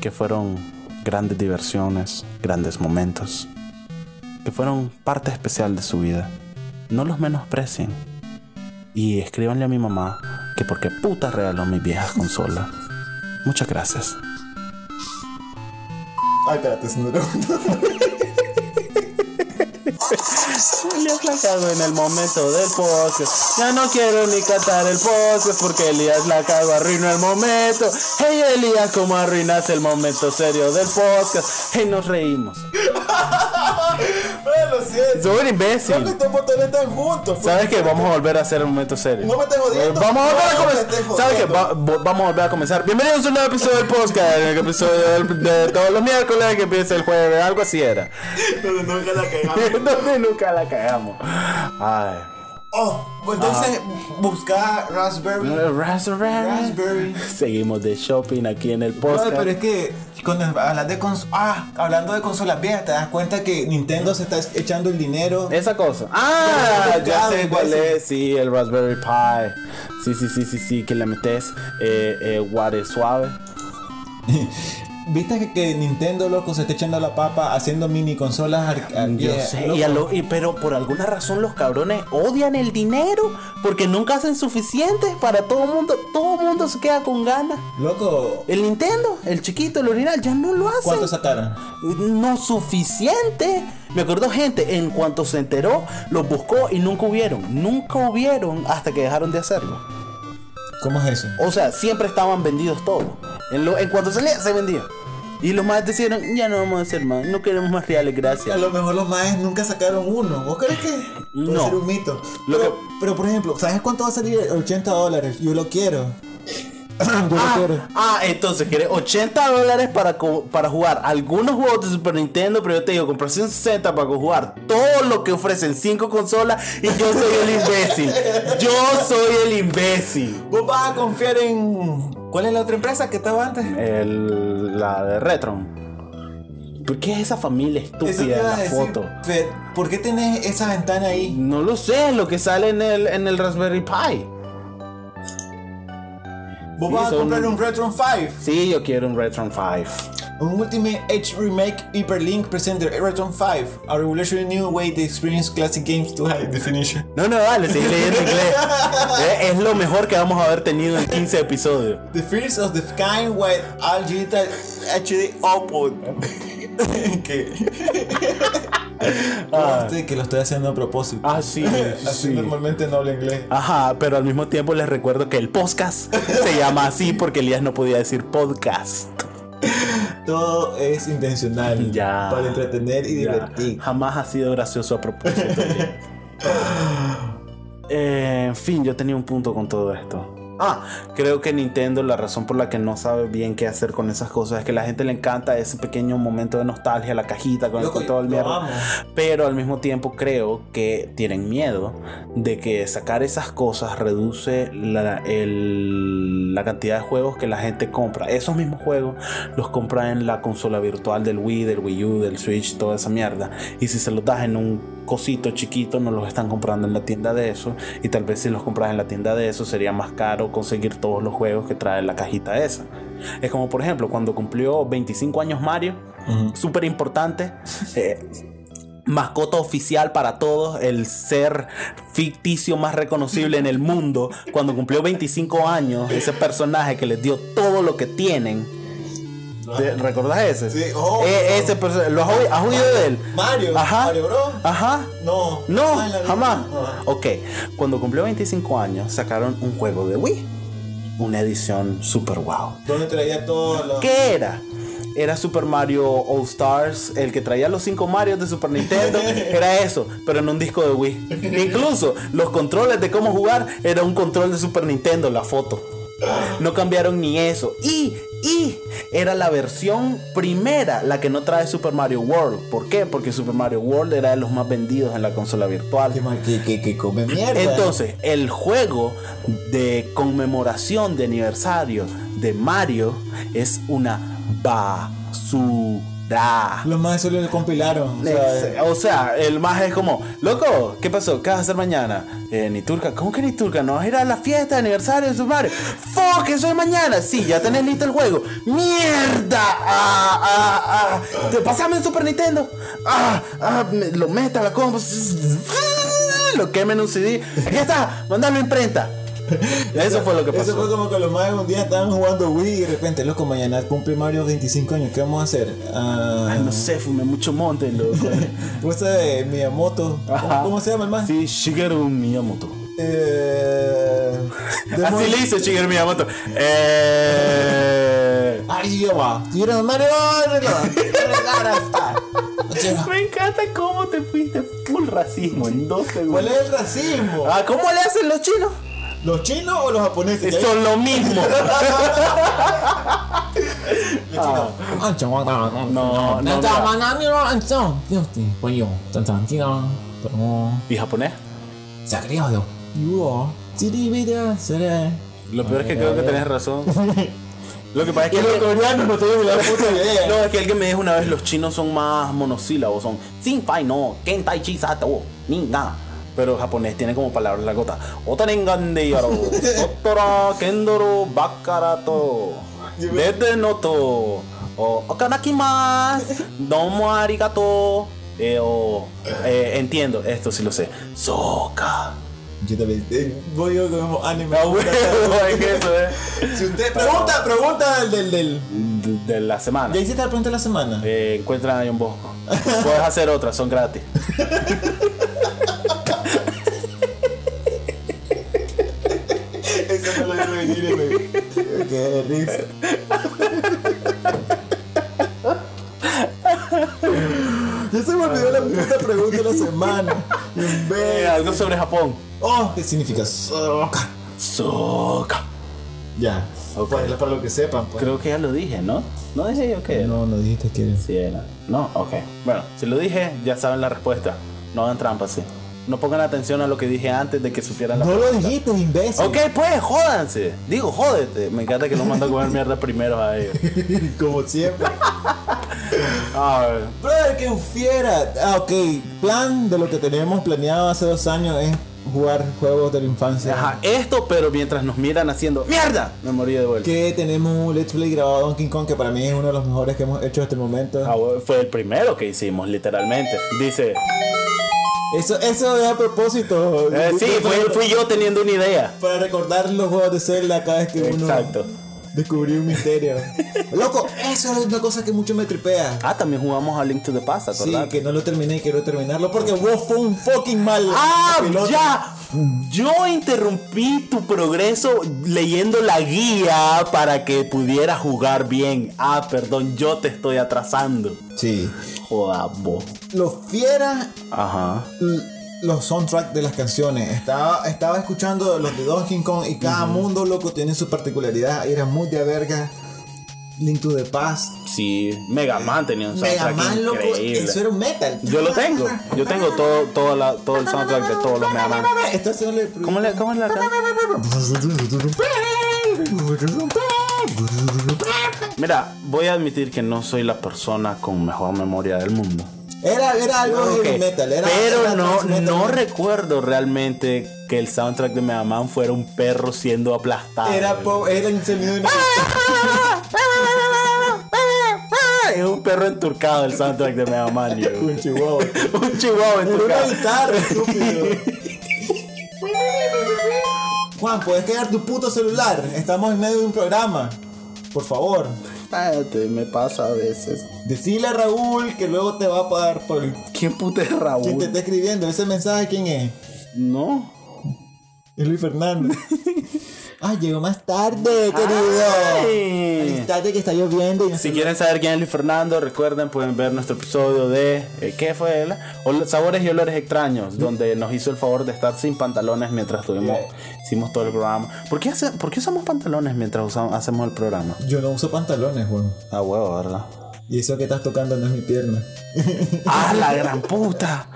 Speaker 1: que fueron grandes diversiones, grandes momentos, que fueron parte especial de su vida. No los menosprecien. Y escríbanle a mi mamá que porque puta regaló mis viejas consolas. Muchas gracias.
Speaker 2: Ay, espérate, se me
Speaker 1: Elías la cago en el momento del podcast. Ya no quiero ni catar el podcast porque Elías la cago, arruinó el momento. Hey Elías, ¿cómo arruinas el momento serio del podcast? Hey, nos reímos.
Speaker 2: bueno, lo siento.
Speaker 1: Soy un imbécil.
Speaker 2: Creo que estos botones están juntos. pues.
Speaker 1: ¿Sabes qué? Vamos a volver a hacer el momento serio. Eh,
Speaker 2: No me estés jodiendo.
Speaker 1: Vamos a volver a
Speaker 2: No me
Speaker 1: comenzar.
Speaker 2: estés
Speaker 1: ¿Sabes qué?
Speaker 2: jodiendo.
Speaker 1: Va- vo- vamos a volver a comenzar. Bienvenidos a un nuevo episodio del podcast. El episodio del- de todos los miércoles que empieza el jueves. Algo así era.
Speaker 2: Pero nunca la cagamos.
Speaker 1: (laughs) Entonces nunca la cagamos. Ay.
Speaker 2: Oh, pues entonces busca
Speaker 1: Eh.
Speaker 2: Raspberry.
Speaker 1: Raspberry.
Speaker 2: Raspberry.
Speaker 1: (laughs) Seguimos de shopping aquí en el
Speaker 2: Brother,
Speaker 1: podcast.
Speaker 2: pero es que cuando hablas de cons ah, hablando de consolas viejas, te das cuenta que Nintendo se está echando el dinero.
Speaker 1: Esa cosa. Ah,
Speaker 2: Pero,
Speaker 1: ya
Speaker 2: ah,
Speaker 1: sé
Speaker 2: me
Speaker 1: cuál
Speaker 2: parece.
Speaker 1: es. Sí, el Raspberry Pi. Sí, sí, sí, sí, sí. Que le metes eh, eh, guare suave.
Speaker 2: (laughs) ¿Viste que, que Nintendo, loco, se está echando la papa haciendo mini consolas ar- ar-
Speaker 1: Yo
Speaker 2: viejas,
Speaker 1: sé.
Speaker 2: loco?
Speaker 1: Y a lo- y- pero por alguna razón los cabrones odian el dinero porque nunca hacen suficientes para todo el mundo. Todo el mundo se queda con ganas.
Speaker 2: Loco,
Speaker 1: El Nintendo, el chiquito, el original, ya no lo hacen.
Speaker 2: ¿cuánto sacaron?
Speaker 1: no suficiente. Me acuerdo gente, en cuanto se enteró, los buscó y nunca hubieron. Nunca hubieron hasta que dejaron de hacerlo.
Speaker 2: ¿Cómo es eso?
Speaker 1: O sea, siempre estaban vendidos todos. En, lo, en cuanto salía, se vendía. Y los más decidieron, ya no vamos a hacer más, no queremos más reales,
Speaker 2: A
Speaker 1: gracias.
Speaker 2: lo mejor los maes nunca sacaron uno. ¿Vos crees que puede
Speaker 1: No.
Speaker 2: ser un mito?
Speaker 1: Lo
Speaker 2: Pero,
Speaker 1: que-
Speaker 2: pero, por ejemplo, ¿sabes cuánto va a salir? 80 dólares. Yo lo (laughs) quiero. Yo
Speaker 1: Ah,
Speaker 2: lo quiero.
Speaker 1: ah, entonces querés 80 dólares para, co- para jugar algunos juegos de Super Nintendo, pero yo te digo, compraste un 60 para jugar todo lo que ofrecen cinco consolas y yo soy el imbécil. Yo soy el imbécil.
Speaker 2: ¿Vos vas a confiar en. ¿Cuál es la otra empresa que estaba antes?
Speaker 1: El- la de Retron. ¿Por qué esa familia
Speaker 2: Eso te
Speaker 1: estúpida en
Speaker 2: iba a
Speaker 1: la
Speaker 2: decir,
Speaker 1: foto?
Speaker 2: Fed, ¿Por qué tenés esa ventana ahí?
Speaker 1: No lo sé, lo que sale en el, en el Raspberry Pi.
Speaker 2: Vos
Speaker 1: Sí,
Speaker 2: vas a
Speaker 1: son-
Speaker 2: comprar un Retron 5,
Speaker 1: Sí, yo quiero un Retron 5.
Speaker 2: un Ultimate Edge Remake Hyperlink Presenter Retron 5, a revolutionary new way to experience classic games to high definition.
Speaker 1: No, no, vale, sigue leyendo inglés.
Speaker 2: (laughs)
Speaker 1: Eh, Es lo mejor que vamos a haber tenido en 15 episodios.
Speaker 2: The first of the kind with all digital HD output.
Speaker 1: (laughs)
Speaker 2: ¿Qué? Conste que lo estoy haciendo a propósito.
Speaker 1: Ah, sí, Ah.
Speaker 2: Así
Speaker 1: sí.
Speaker 2: normalmente no hablo inglés.
Speaker 1: Ajá, pero al mismo tiempo les recuerdo que el podcast se llama así porque Elías no podía decir podcast.
Speaker 2: Todo es
Speaker 1: (laughs)
Speaker 2: intencional.
Speaker 1: Ya.
Speaker 2: Para entretener y
Speaker 1: Ya, Ah,
Speaker 2: divertir.
Speaker 1: Jamás ha sido gracioso a propósito.
Speaker 2: (laughs)
Speaker 1: Elías. Eh, en fin, yo tenía un punto con todo esto. Ah, creo que Nintendo la razón por la que no sabe bien qué hacer con esas cosas es que la gente le encanta ese pequeño momento de nostalgia, la cajita con
Speaker 2: Loco,
Speaker 1: el control
Speaker 2: lo
Speaker 1: mierda.
Speaker 2: amo.
Speaker 1: Pero al mismo tiempo creo que tienen miedo de que sacar esas cosas reduce la, el- la cantidad de juegos que la gente compra. Esos mismos juegos los compra en la consola virtual del Wii, del Wii U, del Switch, toda esa mierda. Y si se los das en un cosito chiquito, no los están comprando en la tienda de eso. Y tal vez si los compras en la tienda de eso, sería más caro conseguir todos los juegos que trae la cajita esa. Es como, por ejemplo, cuando cumplió 25 años Mario,
Speaker 2: Ujú.
Speaker 1: súper importante. eh, mascota oficial para todos, el ser ficticio más reconocible en el mundo. Cuando cumplió 25 años, ese personaje que les dio todo lo que tienen. ¿Te- ¿Recordás ese?
Speaker 2: Sí, oh,
Speaker 1: E- ese perso- ¿Lo has, oí- has oído de él?
Speaker 2: Mario,
Speaker 1: Ajá.
Speaker 2: Mario Bros.
Speaker 1: Ajá.
Speaker 2: No,
Speaker 1: No,
Speaker 2: Ay, la verdad,
Speaker 1: jamás.
Speaker 2: no.
Speaker 1: Ok, cuando cumplió 25 años, sacaron un juego de Wii. Una edición super wow.
Speaker 2: Donde traía todos los.
Speaker 1: ¿Qué era? Era Super Mario All Stars, el que traía los cinco Marios de Super Nintendo. Era eso, pero en un disco de Wii. Incluso los controles de cómo jugar era un control de Super Nintendo, la foto. No cambiaron ni eso. Y, y era la versión primera, la que no trae Super Mario World. ¿Por qué? Porque Super Mario World era de los más vendidos en la consola virtual.
Speaker 2: Qué mal- Que, que, que come mierda.
Speaker 1: Entonces, el juego de conmemoración de aniversario de Mario es una basura.
Speaker 2: Los más solo lo compilaron. o sea,
Speaker 1: Es- O sea, el más es como, loco, ¿qué pasó? ¿Qué vas a hacer mañana? Eh, ni turca, ¿cómo que ni turca? ¿No vas a ir a la fiesta de aniversario de Super Mario? ¡Fuck! Eso es mañana. Sí, ya tenés listo el juego. ¡Mierda! ¡Ah, ah, ah! Te- ¡Pasame el Super Nintendo! ¡Ah! ah me- lo meta, la combo. (laughs) Lo queme en un CD. ¡Ya está! ¡Mandalo a
Speaker 2: (laughs)
Speaker 1: imprenta! Eso fue lo que
Speaker 2: Eso fue
Speaker 1: pasó.
Speaker 2: como que los más un día estaban jugando Wii y de repente, loco, mañana cumple Mario 25 años, ¿qué vamos a hacer? Ah,
Speaker 1: Ay, no sé, fumé mucho monte, loco.
Speaker 2: Esa de Miyamoto. ¿Cómo,
Speaker 1: Ajá.
Speaker 2: (laughs) cómo se llama el más?
Speaker 1: Sí, Shigeru Miyamoto.
Speaker 2: Eh,
Speaker 1: Así le hizo Shigeru Miyamoto. Eh...
Speaker 2: Arriba. Tuvieron Mario. arriba.
Speaker 1: Me encanta cómo te fuiste full racismo en dos
Speaker 2: ¿Cuál
Speaker 1: segundos.
Speaker 2: es el racismo?
Speaker 1: Ah, ¿Cómo le hacen los chinos?
Speaker 2: ¿Los chinos o los japoneses?
Speaker 1: Son lo mismo. Ah, no, no, no. ¿Y japonés? Lo peor es que creo que tenés
Speaker 2: (laughs)
Speaker 1: razón. Lo que pasa es que.
Speaker 2: coreanos no tienen
Speaker 1: (laughs)
Speaker 2: la puta idea.
Speaker 1: No, es que alguien me dijo una vez: los chinos son más monosílabos. Son. Sin pai no, ken tai chi sato, ni nada. Pero japonés tiene como palabras la gota. Otarengan de yaro, otora, kendoro, bakarato, dede noto, o okanakimas, domo arigato, eh, o. eh, entiendo, esto sí lo sé. Soka.
Speaker 2: Yo también. eh, voy yo como anime.
Speaker 1: Ah, huevo, (laughs) es que eso es.
Speaker 2: Si usted pregunta, pregunta del del. del.
Speaker 1: De, de la semana.
Speaker 2: Ya hiciste la pregunta de la semana.
Speaker 1: Eh, encuentran a John Bosco. Puedes hacer otras, son gratis.
Speaker 2: Eso no lo iba a venir, güey. Qué risa. Ya se me olvidó la puta pregunta de la semana.
Speaker 1: Eh,
Speaker 2: Imbécil.
Speaker 1: algo sobre Japón.
Speaker 2: Oh, ¿qué significas?
Speaker 1: Soka.
Speaker 2: Ya.
Speaker 1: Ok.
Speaker 2: Para, para lo que sepan, pues.
Speaker 1: Creo que ya lo dije, ¿no? ¿No dije yo que
Speaker 2: No, no dijiste que eres.
Speaker 1: Sí, era. No, ok. Bueno, si lo dije, ya saben la respuesta. No hagan trampas, sí. No pongan atención a lo que dije antes de que supieran la
Speaker 2: No lo
Speaker 1: respuesta.
Speaker 2: dijiste, imbécil.
Speaker 1: Ok, pues, jódanse. Digo, jódete. Me encanta que nos mandan a comer mierda primero a ellos.
Speaker 2: Como siempre.
Speaker 1: A ver.
Speaker 2: Brother, que fiera. Ah, ok. Plan de lo que teníamos planeado hace dos años es jugar juegos de la infancia.
Speaker 1: Ajá, esto, pero mientras nos miran haciendo ¡Mierda! Me morí de vuelta.
Speaker 2: Que tenemos un Let's Play grabado de Donkey Kong que para mí es uno de los mejores que hemos hecho hasta el momento.
Speaker 1: Ah, Fue el primero que hicimos, literalmente. Dice,
Speaker 2: Eso, eso es a propósito.
Speaker 1: Eh, sí, fui, fui yo teniendo una idea.
Speaker 2: (laughs) Para recordar los juegos de Zelda cada vez que uno
Speaker 1: Exacto.
Speaker 2: descubrió
Speaker 1: (laughs)
Speaker 2: un misterio. Loco, eso es una cosa que mucho me tripea.
Speaker 1: Ah, también jugamos a Link to the Past,
Speaker 2: Sí,
Speaker 1: ¿acordás?
Speaker 2: que no lo terminé y quiero terminarlo porque vos fue un fucking mal.
Speaker 1: ¡Ah,
Speaker 2: piloto.
Speaker 1: ya! Yo interrumpí tu progreso leyendo la guía para que pudieras jugar bien. Ah, perdón, yo te estoy atrasando.
Speaker 2: Sí.
Speaker 1: Joda, vos.
Speaker 2: Los fieras
Speaker 1: Ajá.
Speaker 2: l- los soundtracks de las canciones. Estaba, estaba escuchando los de Donkey Kong y cada mundo, loco, tiene su particularidad. Era muy de verga. Link to the Past.
Speaker 1: Sí, Mega Man tenía un
Speaker 2: Mega
Speaker 1: soundtrack
Speaker 2: Man, loco,
Speaker 1: increíble.
Speaker 2: eso era un metal.
Speaker 1: Yo lo tengo. Yo tengo todo, todo, la, todo el soundtrack de todos los Mega Man.
Speaker 2: Esta se le-
Speaker 1: ¿Cómo le, cómo le Mira, voy a admitir que no soy la persona con mejor memoria del mundo.
Speaker 2: Era, era algo
Speaker 1: Ah, Ok,
Speaker 2: heavy metal. Era,
Speaker 1: Pero
Speaker 2: era
Speaker 1: no,
Speaker 2: trans metal.
Speaker 1: no recuerdo realmente que el soundtrack de Mega Man fuera un perro siendo aplastado.
Speaker 2: Era, po- era el sonido de una-
Speaker 1: (laughs) Es un perro enturcado el soundtrack de Mega Man. yo.
Speaker 2: Un chihuahua.
Speaker 1: (laughs) Un chihuahua
Speaker 2: Una
Speaker 1: enturcado.
Speaker 2: guitarra,
Speaker 1: (laughs)
Speaker 2: estúpido. Juan, puedes quedar tu puto celular. Estamos en medio de un programa. Por favor.
Speaker 3: Espérate, me pasa a veces.
Speaker 2: Decile a Raúl que luego te va a pagar por el-
Speaker 3: ¿Quién puta es
Speaker 2: ¿Quién te
Speaker 3: Raúl?
Speaker 2: está escribiendo? ¿Ese mensaje quién es?
Speaker 3: No.
Speaker 2: Es
Speaker 1: (laughs)
Speaker 2: Luis Fernández. Ah, llegó más tarde, querido.
Speaker 1: Ay.
Speaker 2: Tarde que está lloviendo y no
Speaker 1: Si
Speaker 2: sé-
Speaker 1: quieren saber quién es Luis Fernando, recuerden, pueden ver nuestro episodio de. eh, ¿Qué fue? él? Ol- Sabores y olores extraños, donde nos hizo el favor de estar sin pantalones mientras tuvimos, hicimos todo el programa. ¿Por qué, hace- por qué usamos pantalones mientras usamos- hacemos el programa?
Speaker 2: Yo no uso pantalones, Juan.
Speaker 1: Ah, huevo, ¿verdad?
Speaker 2: Y eso que estás tocando no es mi pierna.
Speaker 1: ¡Ah, la gran puta!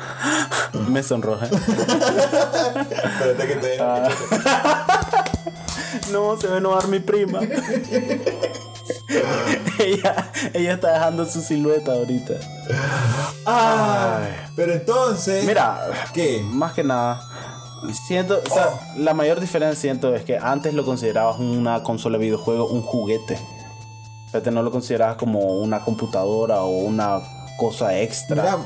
Speaker 1: Me sonroje.
Speaker 2: Espérate que te
Speaker 1: Ah. No, se va a enojar mi prima. ella, ella está dejando su silueta ahorita. Ay.
Speaker 2: Pero entonces.
Speaker 1: Mira,
Speaker 2: ¿Qué?
Speaker 1: más que nada siento o sea, la mayor diferencia siento es que antes lo considerabas una consola de videojuego un juguete o sea, te no lo considerabas como una computadora o una cosa extra
Speaker 2: Mira,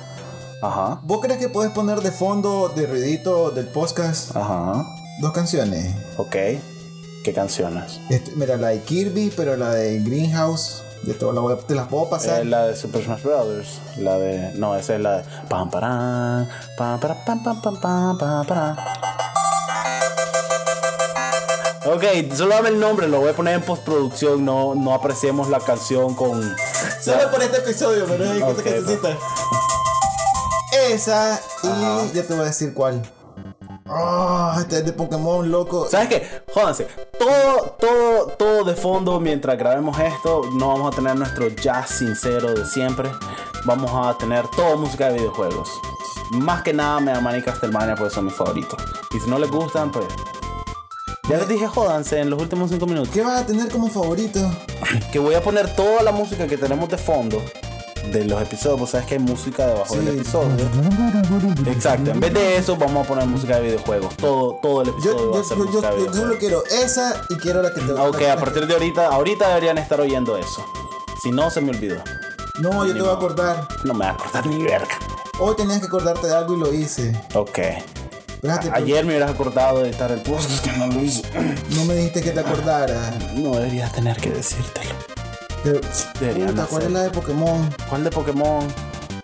Speaker 1: ajá
Speaker 2: ¿vos crees que puedes poner de fondo, de ruidito del podcast,
Speaker 1: ajá
Speaker 2: dos canciones?
Speaker 1: ok qué canciones
Speaker 2: Este, mira, la de Kirby, pero la de Greenhouse. De toda la web, te las puedo pasar.
Speaker 1: Eh, la de Super Smash Brothers la de no esa es la de pam parán, pam pará, pam pam pam pam pam pará. Ok, solo dame el nombre, lo voy a poner en postproducción, no, no apreciemos la canción con,
Speaker 2: Solo por este episodio, pero hay
Speaker 1: Ok,
Speaker 2: que necesitas. Esa y ya te voy a decir cuál. Ah, esta es de Pokémon, loco.
Speaker 1: ¿Sabes qué? Jódanse. Todo, todo, todo de fondo mientras grabemos esto. No vamos a tener nuestro jazz sincero de siempre. Vamos a tener toda música de videojuegos. Más que nada Mega Man y Castlevania pues son mis favoritos. Y si no les gustan, pues... Ya les dije, jódanse en los últimos 5 minutos.
Speaker 2: ¿Qué vas a tener como favorito?
Speaker 1: Que voy a poner toda la música que tenemos de fondo de los episodios. Pues sabes que hay música debajo del episodio. Exacto. En vez de eso, vamos a poner música de videojuegos. Todo, todo el
Speaker 2: Yo,
Speaker 1: episodio va
Speaker 2: yo,
Speaker 1: a ser
Speaker 2: yo, yo-
Speaker 1: música de
Speaker 2: yo
Speaker 1: videojuegos.
Speaker 2: solo quiero esa y quiero la que te
Speaker 1: Ah, Ok, a partir de ahorita, ahorita deberían estar oyendo eso. Si no, se me olvidó.
Speaker 2: No, yo te voy a acordar.
Speaker 1: No me va a acordar ni verga.
Speaker 2: Hoy tenías que acordarte de algo y lo hice.
Speaker 1: Ok.
Speaker 2: Espérate, pero
Speaker 1: Ayer me hubieras acordado de editar el podcast que no lo hice. (clears throat)
Speaker 2: no me dijiste que te acordara.
Speaker 1: No deberías tener que decírtelo.
Speaker 2: Pero,
Speaker 1: Deberían
Speaker 2: puta, ¿cuál es la de Pokémon?
Speaker 1: ¿Cuál de Pokémon?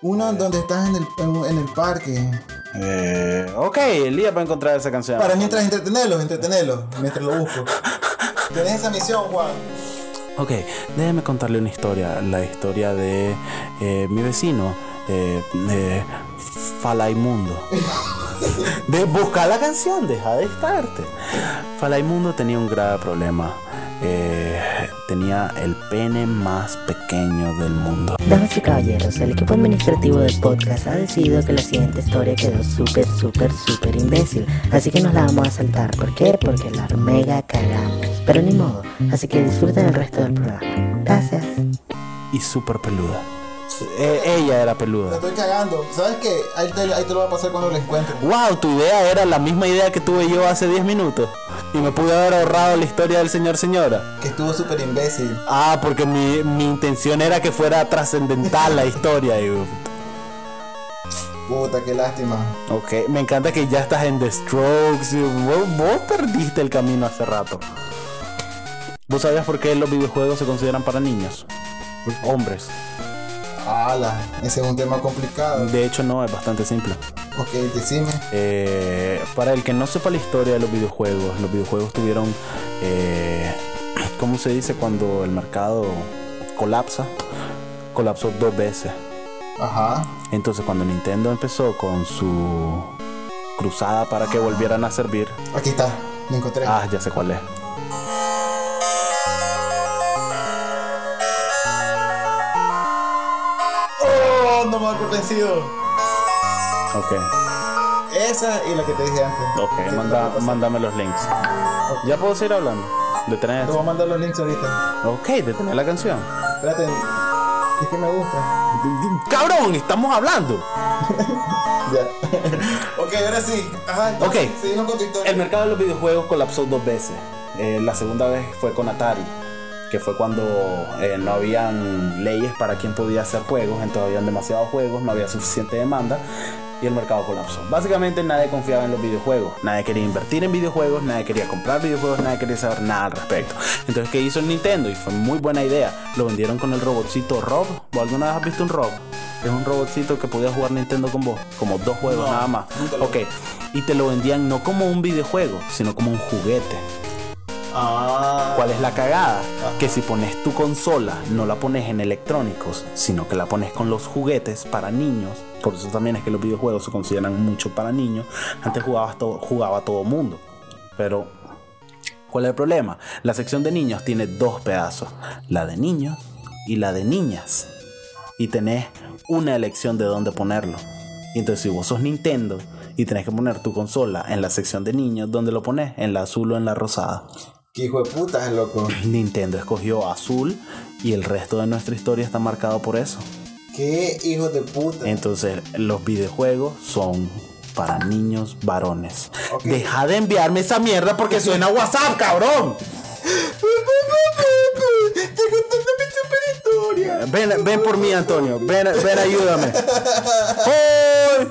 Speaker 2: Una donde estás en el, en- en el parque.
Speaker 1: Eh, ok, Elías va a encontrar esa canción.
Speaker 2: Para mientras entretenerlos, entretenerlos, mientras lo busco. Tenés esa misión, Juan.
Speaker 1: Ok, déjeme contarle una historia. La historia de eh, mi vecino, eh, eh, Falaimundo. De buscar la canción, deja de estarte. Falaimundo tenía un grave problema. Eh, tenía el pene más pequeño del mundo.
Speaker 4: Damas y caballeros, el equipo administrativo del podcast ha decidido que la siguiente historia quedó súper, súper, súper imbécil. Así que nos la vamos a saltar. ¿Por qué? Porque la mega cagamos. Pero ni modo. Así que disfruten el resto del programa. Gracias.
Speaker 1: Y súper peluda. Eh, ella era
Speaker 2: La
Speaker 1: peluda.
Speaker 2: estoy cagando. ¿Sabes qué? Ahí te, ahí te lo voy a pasar cuando lo encuentre.
Speaker 1: Wow, tu idea era la misma idea que tuve yo hace 10 minutos. Y me pude haber ahorrado la historia del señor señora.
Speaker 2: Que estuvo súper imbécil.
Speaker 1: Ah, porque mi, mi intención era que fuera trascendental la historia. digo.
Speaker 2: Puta, qué lástima.
Speaker 1: Ok, me encanta que ya estás en The Strokes. digo, Vos, vos perdiste el camino hace rato. ¿Vos sabías por qué los videojuegos se consideran para niños? Hombres.
Speaker 2: Ala, ese es un tema complicado.
Speaker 1: De hecho, no, es bastante simple.
Speaker 2: Ok, decime.
Speaker 1: Eh, para el que no sepa la historia de los videojuegos, los videojuegos tuvieron, eh, ¿cómo se dice cuando el mercado colapsa? Colapsó dos veces.
Speaker 2: Ajá.
Speaker 1: Entonces cuando Nintendo empezó con su cruzada para que volvieran a servir,
Speaker 2: Aquí está, lo encontré.
Speaker 1: ah, ya sé cuál es.
Speaker 2: ¡Oh! No me ha convencido.
Speaker 1: Ok,
Speaker 2: Esa y la que te dije antes. Que
Speaker 1: ok,
Speaker 2: te
Speaker 1: manda-
Speaker 2: lo voy a pasar.
Speaker 1: mándame los links. Ya puedo seguir hablando. Detener.
Speaker 2: Te voy a mandar los links ahorita.
Speaker 1: Ok, detener la canción.
Speaker 2: Espérate. Es que me gusta.
Speaker 1: Cabrón, estamos hablando.
Speaker 2: Ya. (laughs) ok, ahora sí. Ajá.
Speaker 1: Ok.
Speaker 2: Seguimos con tu historia.
Speaker 1: El mercado de los videojuegos colapsó dos veces. Eh, la segunda vez fue con Atari. que fue cuando eh, no habían leyes para quién podía hacer juegos, entonces habían demasiados juegos, no había suficiente demanda y el mercado colapsó. Básicamente nadie confiaba en los videojuegos, nadie quería invertir en videojuegos, nadie quería comprar videojuegos, nadie quería saber nada al respecto. Entonces, ¿qué hizo Nintendo? Y fue muy buena idea. Lo vendieron con el robotcito Rob. ¿Vos alguna vez has visto un Rob? Es un robotcito que podía jugar Nintendo con vos, como dos juegos
Speaker 2: No,
Speaker 1: nada más.
Speaker 2: nunca lo
Speaker 1: Ok, y te lo vendían no como un videojuego, sino como un juguete.
Speaker 2: Ah.
Speaker 1: ¿Cuál es la cagada? Que si pones tu consola, no la pones en electrónicos, sino que la pones con los juguetes para niños. Por eso también es que los videojuegos se consideran mucho para niños. Antes jugabas todo, jugaba todo mundo. Pero, ¿cuál es el problema? La sección de niños tiene dos pedazos. La de niños y la de niñas. Y tenés una elección de dónde ponerlo. Y entonces si vos sos Nintendo y tenés que poner tu consola en la sección de niños, ¿dónde lo pones? ¿En la azul o en la rosada?
Speaker 2: Qué hijo de puta es loco.
Speaker 1: Nintendo escogió azul y el resto de nuestra historia está marcado por eso.
Speaker 2: Qué hijo de puta.
Speaker 1: Entonces, los videojuegos son para niños varones.
Speaker 2: Ok.
Speaker 1: Deja de enviarme esa mierda porque suena a WhatsApp, cabrón.
Speaker 2: Estoy contando mi super historia.
Speaker 1: Ven, ven por mí, Antonio. Ven, ven ayúdame. ¡Ay!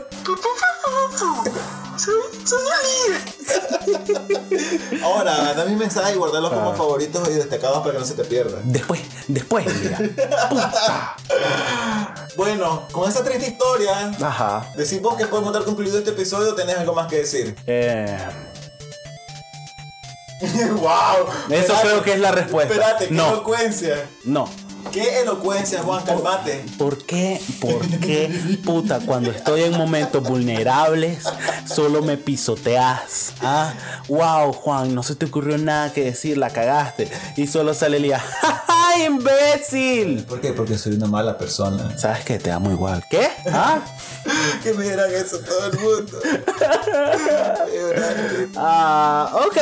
Speaker 2: Ahora, manda mis mensajes y guardarlos como favoritos y destacados para que no se te pierdan.
Speaker 1: Después, después, mira.
Speaker 2: Bueno, con esa triste historia,
Speaker 1: Ajá.
Speaker 2: decimos que podemos dar concluido este episodio. ¿Tenés algo más que decir? (laughs)
Speaker 1: Eh,
Speaker 2: ¡Wow!
Speaker 1: eso creo que es la respuesta.
Speaker 2: Espérate, qué
Speaker 1: no,
Speaker 2: elocuencia.
Speaker 1: no.
Speaker 2: Qué elocuencia, Juan, calmate.
Speaker 1: ¿Por qué? ¿Por qué, puta, cuando estoy en momentos vulnerables, solo me pisoteas? Ah, wow, Juan, no se te ocurrió nada que decir, la cagaste. Y solo sale el día, ¡Ja, ja, imbécil!
Speaker 2: ¿Por qué? Porque soy una mala (laughs) persona.
Speaker 1: ¿Sabes qué? Te amo igual. ¿Qué? ¿Ah?
Speaker 2: Que me dirán eso todo el (laughs) mundo.
Speaker 1: Ah, ok.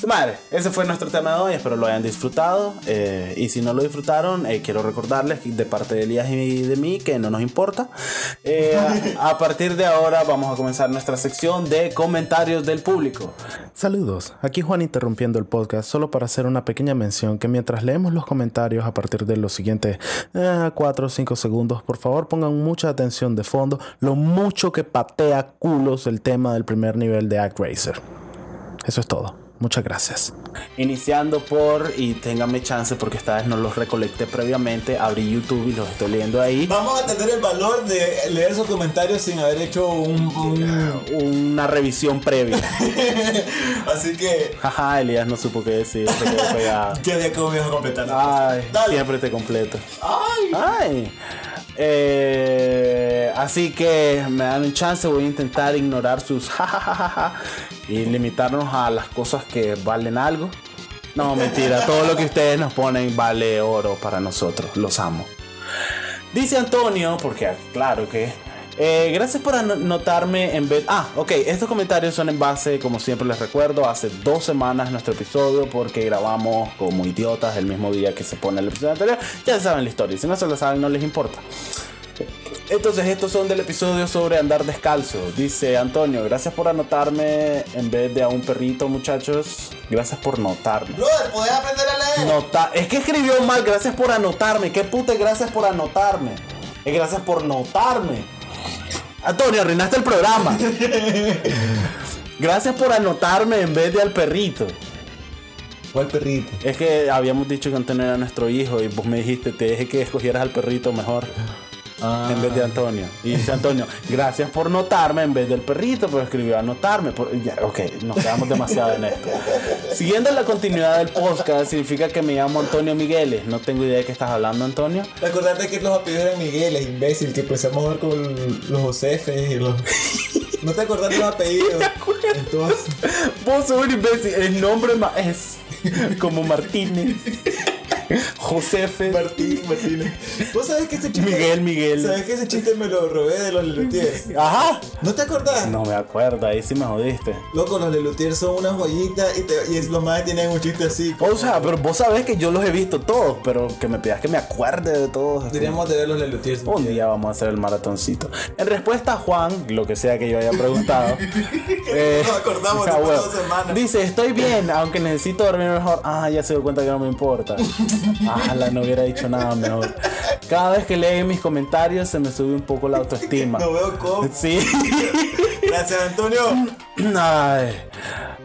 Speaker 1: Su Madre, ese fue nuestro tema de hoy, espero lo hayan disfrutado. eh, y si no lo disfrutaron, eh, quiero recordarles que de parte de Elías y de mí que no nos importa. Eh, a, a partir de ahora vamos a comenzar nuestra sección de comentarios del público.
Speaker 5: Saludos, aquí Juan interrumpiendo el podcast solo para hacer una pequeña mención que mientras leemos los comentarios a partir de los siguientes 4 o 5 segundos, por favor pongan mucha atención de fondo lo mucho que patea culos el tema del primer nivel de ActRaiser. Eso es todo, muchas gracias.
Speaker 1: Iniciando por, y ténganme chance porque esta vez no los recolecté previamente, abrí YouTube y los estoy leyendo ahí.
Speaker 2: Vamos a tener el valor de leer sus comentarios sin haber hecho un. un-
Speaker 1: Una revisión previa. (laughs)
Speaker 2: (laughs) Así que.
Speaker 1: Jaja, Elías no supo qué decir, se quedó pegado.
Speaker 2: Ya había que vamos a completar.
Speaker 1: Ay,
Speaker 2: Dale.
Speaker 1: siempre te completo.
Speaker 2: Ay.
Speaker 1: Ay. Eh, así que me dan un chance, voy a intentar ignorar sus (laughs) jajajaja y limitarnos a las cosas que valen algo. No, mentira, todo lo que ustedes nos ponen vale oro para nosotros, los amo. Dice Antonio, porque claro que... eh, gracias por anotarme en vez... Ah, ok, estos comentarios son en base, como siempre les recuerdo, hace dos semanas nuestro episodio porque grabamos como idiotas el mismo día que se pone el episodio anterior. Ya se saben la historia, y si no se la saben no les importa. Entonces estos son del episodio sobre andar descalzo. Dice Antonio, gracias por anotarme en vez de a un perrito muchachos. Gracias por notarme.
Speaker 2: Brother, ¿podés aprender a leer?
Speaker 1: Nota- es que escribió mal, gracias por anotarme. Qué puta, gracias por anotarme. Es gracias por notarme. Antonio, arruinaste el programa. Gracias por anotarme en vez de al perrito.
Speaker 2: ¿Cuál perrito?
Speaker 1: Es que habíamos dicho que Antonio era nuestro hijo y vos me dijiste, te dije que escogieras al perrito mejor en vez de Antonio. Y dice Antonio, gracias por notarme en vez del perrito, pero escribió anotarme. Por... ya, ok, nos quedamos demasiado en esto. Siguiendo la continuidad del podcast, significa que me llamo Antonio Migueles. No tengo idea de qué estás hablando, Antonio.
Speaker 2: Recordate que los apellidos eran Migueles, imbécil, que empezamos a ver con los Josefes y
Speaker 1: (laughs)
Speaker 2: los. No te acordás de los apellidos. Entonces.
Speaker 1: Vos sos un imbécil. El nombre ma- es como Martínez. Josefe.
Speaker 2: Martín Martínez. ¿Vos sabés que ese chiste?
Speaker 1: Miguel, Miguel.
Speaker 2: ¿Sabés que ese chiste me lo robé de los Lelutiers?
Speaker 1: Ajá.
Speaker 2: ¿No te acordás?
Speaker 1: No me acuerdo, ahí sí me jodiste.
Speaker 2: Loco, los Lelutiers son una joyita y, te- y es- los más tienen un chiste así.
Speaker 1: O sea, pero vos sabés que yo los he visto todos, pero que me pidas que me acuerde de todos. así.
Speaker 2: Deberíamos de ver los Lelutiers.
Speaker 1: Un día vamos a hacer el maratoncito. En respuesta a Juan, lo que sea que yo haya
Speaker 2: (laughs)
Speaker 1: preguntado. eh,
Speaker 2: Nos acordamos
Speaker 1: ah,
Speaker 2: después de
Speaker 1: bueno.
Speaker 2: dos semanas.
Speaker 1: Dice, estoy bien, aunque necesito dormir mejor. Ah, ya se dio cuenta que no me
Speaker 2: (laughs)
Speaker 1: importa. Ah, la no hubiera dicho nada mejor. Cada vez que lee mis comentarios se me sube un poco la autoestima.
Speaker 2: (laughs) No veo cómo.
Speaker 1: (laughs) Sí.
Speaker 2: Gracias, Antonio.
Speaker 1: Ay.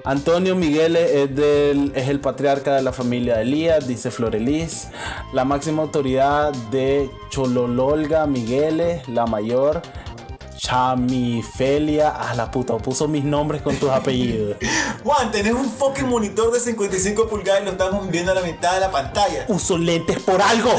Speaker 1: Antonio Miguel es, del- es el patriarca de la familia de Elías, dice Florelis. La máxima autoridad de Cholololga Migueles, la mayor. Chamifelia. A la puta, puso mis nombres con tus
Speaker 2: (laughs)
Speaker 1: apellidos.
Speaker 2: Juan, tenés un fucking monitor de 55 pulgadas y lo estamos viendo a la mitad de la
Speaker 1: (laughs)
Speaker 2: pantalla.
Speaker 1: Uso lentes por algo.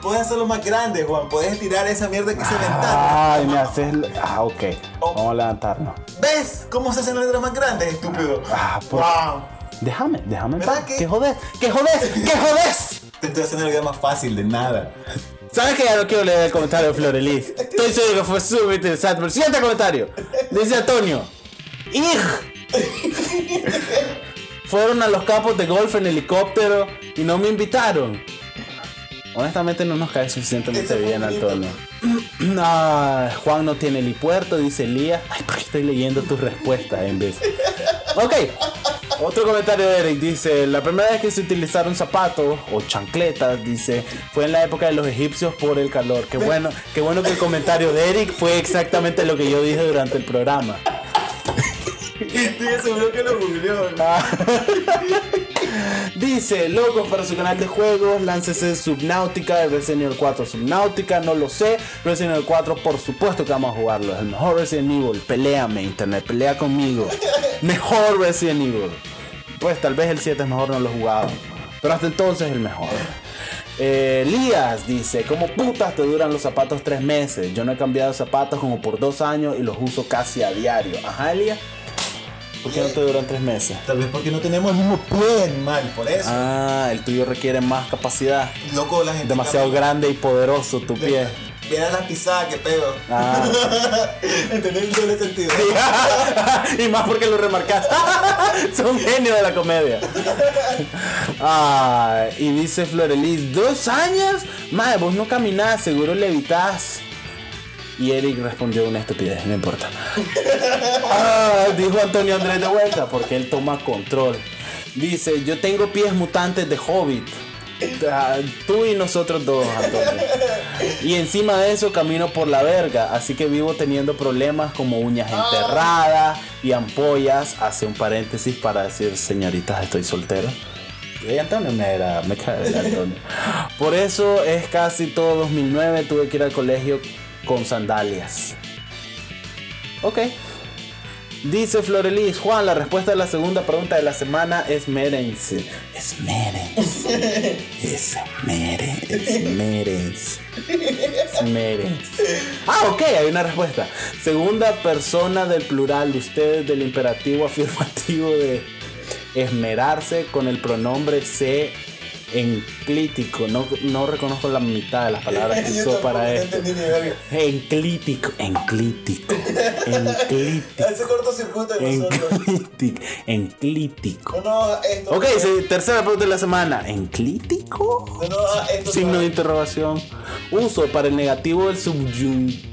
Speaker 2: Puedes hacerlo más grande, Juan. Puedes tirar esa mierda que se ventana.
Speaker 1: Ay, me haces. Ah, ok. Vamos a levantarnos.
Speaker 2: ¿Ves cómo se hacen las letras más grandes, estúpido?
Speaker 1: Ah, por-
Speaker 2: Wow.
Speaker 1: Déjame, déjame. en
Speaker 2: ¿Verdad
Speaker 1: paz.
Speaker 2: que-
Speaker 1: ¿Qué jodés? ¿Qué jodés? ¿Qué jodés?
Speaker 2: Te estoy haciendo la vida más fácil
Speaker 1: (laughs)
Speaker 2: de nada.
Speaker 1: ¿Sabes que ya no quiero leer el comentario de Florelis? Estoy seguro que fue súper interesante. Pero siguiente comentario. Dice Antonio. ¡Ij! Fueron a los campos de golf en helicóptero y no me invitaron. Honestamente no nos cae suficientemente
Speaker 2: Ese fue
Speaker 1: bien,
Speaker 2: un grito.
Speaker 1: Antonio. Ah, Juan (clears throat) no tiene helipuerto, dice Elías. Ay, porque estoy leyendo tus respuestas en vez. Ok. Otro comentario de Eric dice, la primera vez que se utilizaron zapatos o chancletas, dice, fue en la época de los egipcios por el calor. Qué bueno, qué bueno que el comentario de Eric fue exactamente lo que yo dije durante el programa.
Speaker 2: Estoy seguro que lo googleó.
Speaker 1: Dice, locos para su canal de juegos, láncese Subnautica, el Resident Evil 4 Subnautica, no lo sé. Resident Evil 4, por supuesto que vamos a jugarlo. Es el mejor Resident Evil. Peleame, internet, pelea conmigo. Mejor Resident Evil. Pues tal vez el 7 es mejor, no lo he jugado. Pero hasta entonces el mejor. Eh, Elías dice, ¿cómo putas te duran los zapatos tres meses? Yo no he cambiado zapatos como por dos años y los uso casi a diario. Ajá, Elías. ¿Por qué no te duran tres meses?
Speaker 2: Tal vez porque no tenemos el mismo pie animal, por eso.
Speaker 1: Ah, el tuyo requiere más capacidad.
Speaker 2: Loco, la gente.
Speaker 1: Demasiado grande y poderoso tu pie.
Speaker 2: Mira las pisadas que pego.
Speaker 1: Ah.
Speaker 2: (laughs)
Speaker 1: (laughs)
Speaker 2: ¿Entendés el doble sentido?
Speaker 1: y más porque lo remarcaste. (laughs) Son genio de la comedia. Ah, y dice Florelis, ¿dos años? Madre, vos no caminás, seguro levitás. Y Eric respondió una estupidez, no importa. Ah, dijo Antonio Andrés de vuelta, porque él toma control. Dice, yo tengo pies mutantes de hobbit. Ah, Tú y nosotros dos, Antonio. Y encima de eso camino por la verga, así que vivo teniendo problemas como uñas enterradas y ampollas. Hace un paréntesis para decir, señoritas, estoy soltero. Ey, Antonio me era, me cae de Antonio. Por eso es casi todo 2009, tuve que ir al colegio con sandalias. Ok. Dice Florelis, Juan, la respuesta de la segunda pregunta de la semana es Merence. Es Merence. Es Merence. Es Merence. Es Merence. Ah, ok, hay una respuesta. Segunda persona del plural de ustedes del imperativo afirmativo de esmerarse con el pronombre se enclítico. No, no reconozco la mitad de las
Speaker 2: (laughs)
Speaker 1: palabras que
Speaker 2: Yo
Speaker 1: usó
Speaker 2: tampoco
Speaker 1: para
Speaker 2: te
Speaker 1: esto.
Speaker 2: entendí ni verga.
Speaker 1: Enclítico, enclítico, enclítico,
Speaker 2: Hace cortocircuito de nosotros.
Speaker 1: enclítico, enclítico.
Speaker 2: No, no, esto.
Speaker 1: Ok, se- tercera pregunta de la semana. ¿Enclítico?
Speaker 2: No, no, esto.
Speaker 1: Signo de interrogación. Uso para el negativo del subyuntivo.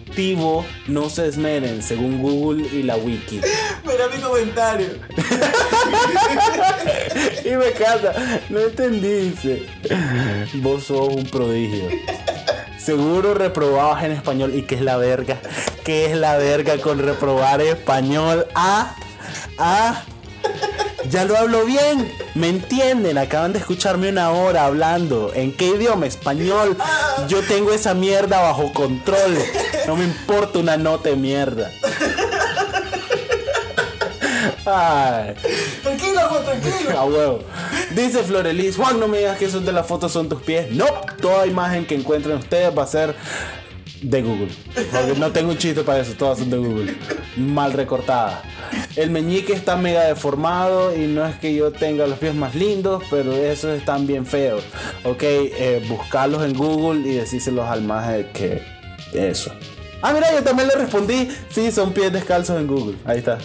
Speaker 1: No se esmeren, según Google y la wiki.
Speaker 2: Mira mi comentario.
Speaker 1: (laughs) Y me encanta. No entendí, dice. Vos sos un prodigio. Seguro reprobabas en español. ¿Y qué es la verga? ¿Qué es la verga con reprobar español? Ah, ah. Ya lo hablo bien. ¿Me entienden? Acaban de escucharme una hora hablando. ¿En qué idioma? Español. Yo tengo esa mierda bajo control. No me importa una nota de mierda. Ay.
Speaker 2: Tranquilo, Juan,
Speaker 1: (laughs)
Speaker 2: tranquilo.
Speaker 1: A huevo. Dice Florelis, Juan, no me digas que esos de la foto son tus pies. No, toda imagen que encuentren ustedes va a ser de Google. Porque no tengo un chiste para eso, todas son de Google. Mal recortada. El meñique está mega deformado y no es que yo tenga los pies más lindos, pero esos están bien feos. Ok, eh, buscarlos en Google y decírselos al más que eso. Ah, mira, yo también le respondí. Sí, son pies descalzos en Google. Ahí está.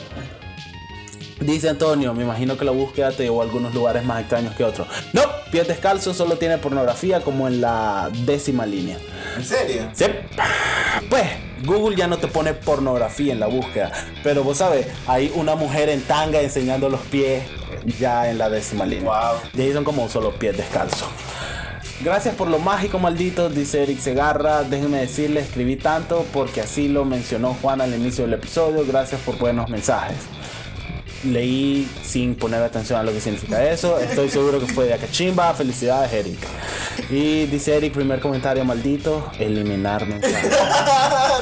Speaker 1: Dice Antonio, me imagino que la búsqueda te llevó a algunos lugares más extraños que otros. No, pies descalzos solo tiene pornografía como en la décima línea.
Speaker 2: ¿En serio? (laughs)
Speaker 1: Sí. Pues, Google ya no te pone pornografía en la búsqueda. Pero vos sabes, hay una mujer en tanga enseñando los pies ya en la décima línea.
Speaker 2: Wow.
Speaker 1: Y ahí son como solo pies descalzos. Gracias por lo mágico, maldito, dice Eric Segarra. Déjenme decirle, escribí tanto porque así lo mencionó Juan al inicio del episodio. Gracias por buenos mensajes. Leí sin poner atención a lo que significa eso. Estoy seguro que fue de Acachimba. Felicidades, Eric. Y dice Eric, primer comentario maldito, eliminar mensajes.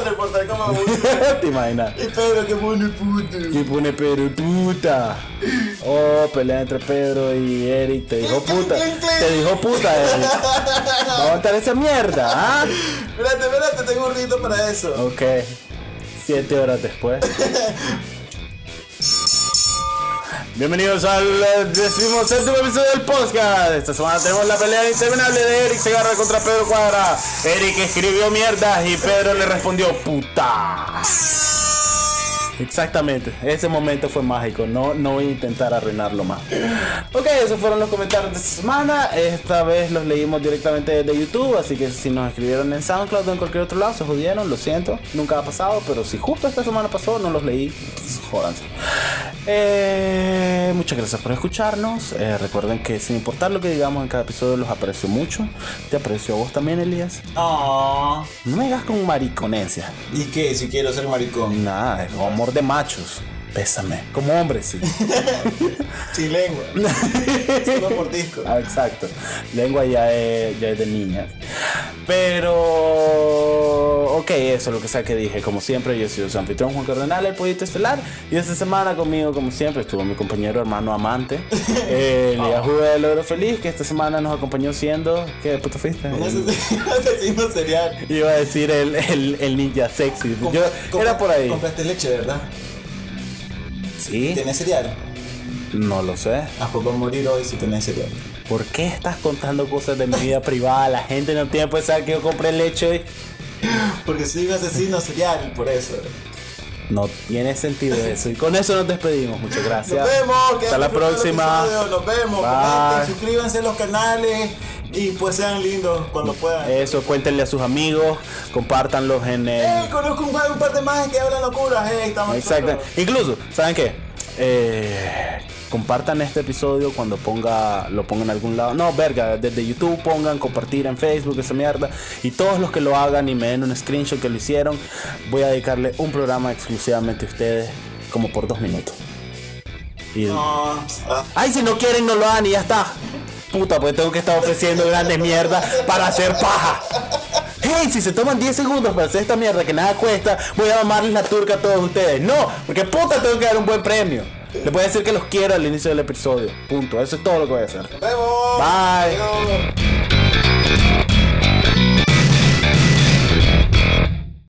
Speaker 2: Reportar como un.
Speaker 1: (laughs) ¿Te imaginas?
Speaker 2: Y Pedro, qué bueno puto.
Speaker 1: Y pone Pedro y puta. Oh, pelea entre Pedro y Eric. Te dijo
Speaker 2: Clink,
Speaker 1: puta.
Speaker 2: clink, clink.
Speaker 1: Te dijo puta, (laughs) Eric. Va a aguantar esa mierda, ¿ah?
Speaker 2: Espérate, espérate, tengo un rito para eso.
Speaker 1: Ok. Siete horas después. (laughs) Bienvenidos al decimoséptimo episodio del podcast. Esta semana tenemos la pelea interminable de Eric Segarra contra Pedro Cuadra. Eric escribió mierdas y Pedro le respondió puta. Exactamente, ese momento fue mágico, no, no voy a intentar arruinarlo más. Ok, esos fueron los comentarios de esta semana, esta vez los leímos directamente desde YouTube, así que si nos escribieron en SoundCloud o en cualquier otro lado, se jodieron, lo siento, nunca ha pasado, pero si justo esta semana pasó, no los leí, jódanse. Eh, muchas gracias por escucharnos, eh, recuerden que sin importar lo que digamos en cada episodio, los aprecio mucho, te aprecio a vos también, Elías.
Speaker 2: Oh.
Speaker 1: No me hagas con mariconencia.
Speaker 2: ¿Y qué? Si quiero ser maricón.
Speaker 1: Nada, es amor de machos. Pésame. Como hombre,
Speaker 2: (laughs)
Speaker 1: sí.
Speaker 2: Sin lengua. Solo por
Speaker 1: (laughs)
Speaker 2: disco.
Speaker 1: Ah, exacto. Lengua ya es, ya es de niña. Pero. Ok, eso es lo que sea que dije. Como siempre, yo soy su anfitrión Juan Cardenal, el pollito estelar. Y esta semana conmigo, como siempre, estuvo mi compañero, hermano
Speaker 2: (laughs)
Speaker 1: amante, Eh, el
Speaker 2: Ah.
Speaker 1: Yajuda del Oro Feliz, que esta semana nos acompañó siendo. ¿Qué puto fuiste?
Speaker 2: Un asesino, asesino serial.
Speaker 1: Iba a decir el, el- el ninja sexy.
Speaker 2: Com-
Speaker 1: Yo,
Speaker 2: com-
Speaker 1: era por ahí.
Speaker 2: Compraste leche, ¿verdad?
Speaker 1: Sí,
Speaker 2: ¿Tenés cereal?
Speaker 1: no lo sé.
Speaker 2: Ah, pues ¿A poco morir hoy si tenés cereal?
Speaker 1: ¿Por qué estás contando cosas de mi vida privada? La gente no tiene que pensar que yo compré leche hoy.
Speaker 2: Porque soy un asesino serial, por eso.
Speaker 1: (laughs) No tiene sentido eso. Y con eso nos despedimos. Muchas gracias.
Speaker 2: Nos vemos. que
Speaker 1: Hasta la
Speaker 2: este fue el
Speaker 1: próxima.
Speaker 2: episodio, Nos vemos.
Speaker 1: Bye.
Speaker 2: Comenten, suscríbanse a los canales y pues sean lindos cuando puedan.
Speaker 1: Eso, cuéntenle a sus amigos, compártanlos en
Speaker 2: ¡Ey!
Speaker 1: el.
Speaker 2: Eh, Conozco un par, un par de más que hablan locuras. ¡Ey! Estamos
Speaker 1: Exacto.
Speaker 2: nosotros.
Speaker 1: Incluso, ¿saben qué? Eh, compartan este episodio cuando ponga lo pongan en algún lado. No, verga, desde YouTube pongan, compartir en Facebook, esa mierda. Y todos los que lo hagan y me den un screenshot que lo hicieron, voy a dedicarle un programa exclusivamente a ustedes, como por dos minutos. Y
Speaker 2: No, ah,
Speaker 1: Ay, si no quieren, no lo hagan y ya está. Puta, pues tengo que estar ofreciendo grandes mierdas para hacer paja. Hey, si se toman 10 segundos para hacer esta mierda que nada cuesta, voy a mamarles la turca a todos ustedes. No, porque puta tengo que dar un buen premio. Les voy a decir que los quiero al inicio del episodio. Punto. Eso es todo lo que voy a hacer.
Speaker 2: nos vemos.
Speaker 1: Bye.
Speaker 2: Adiós.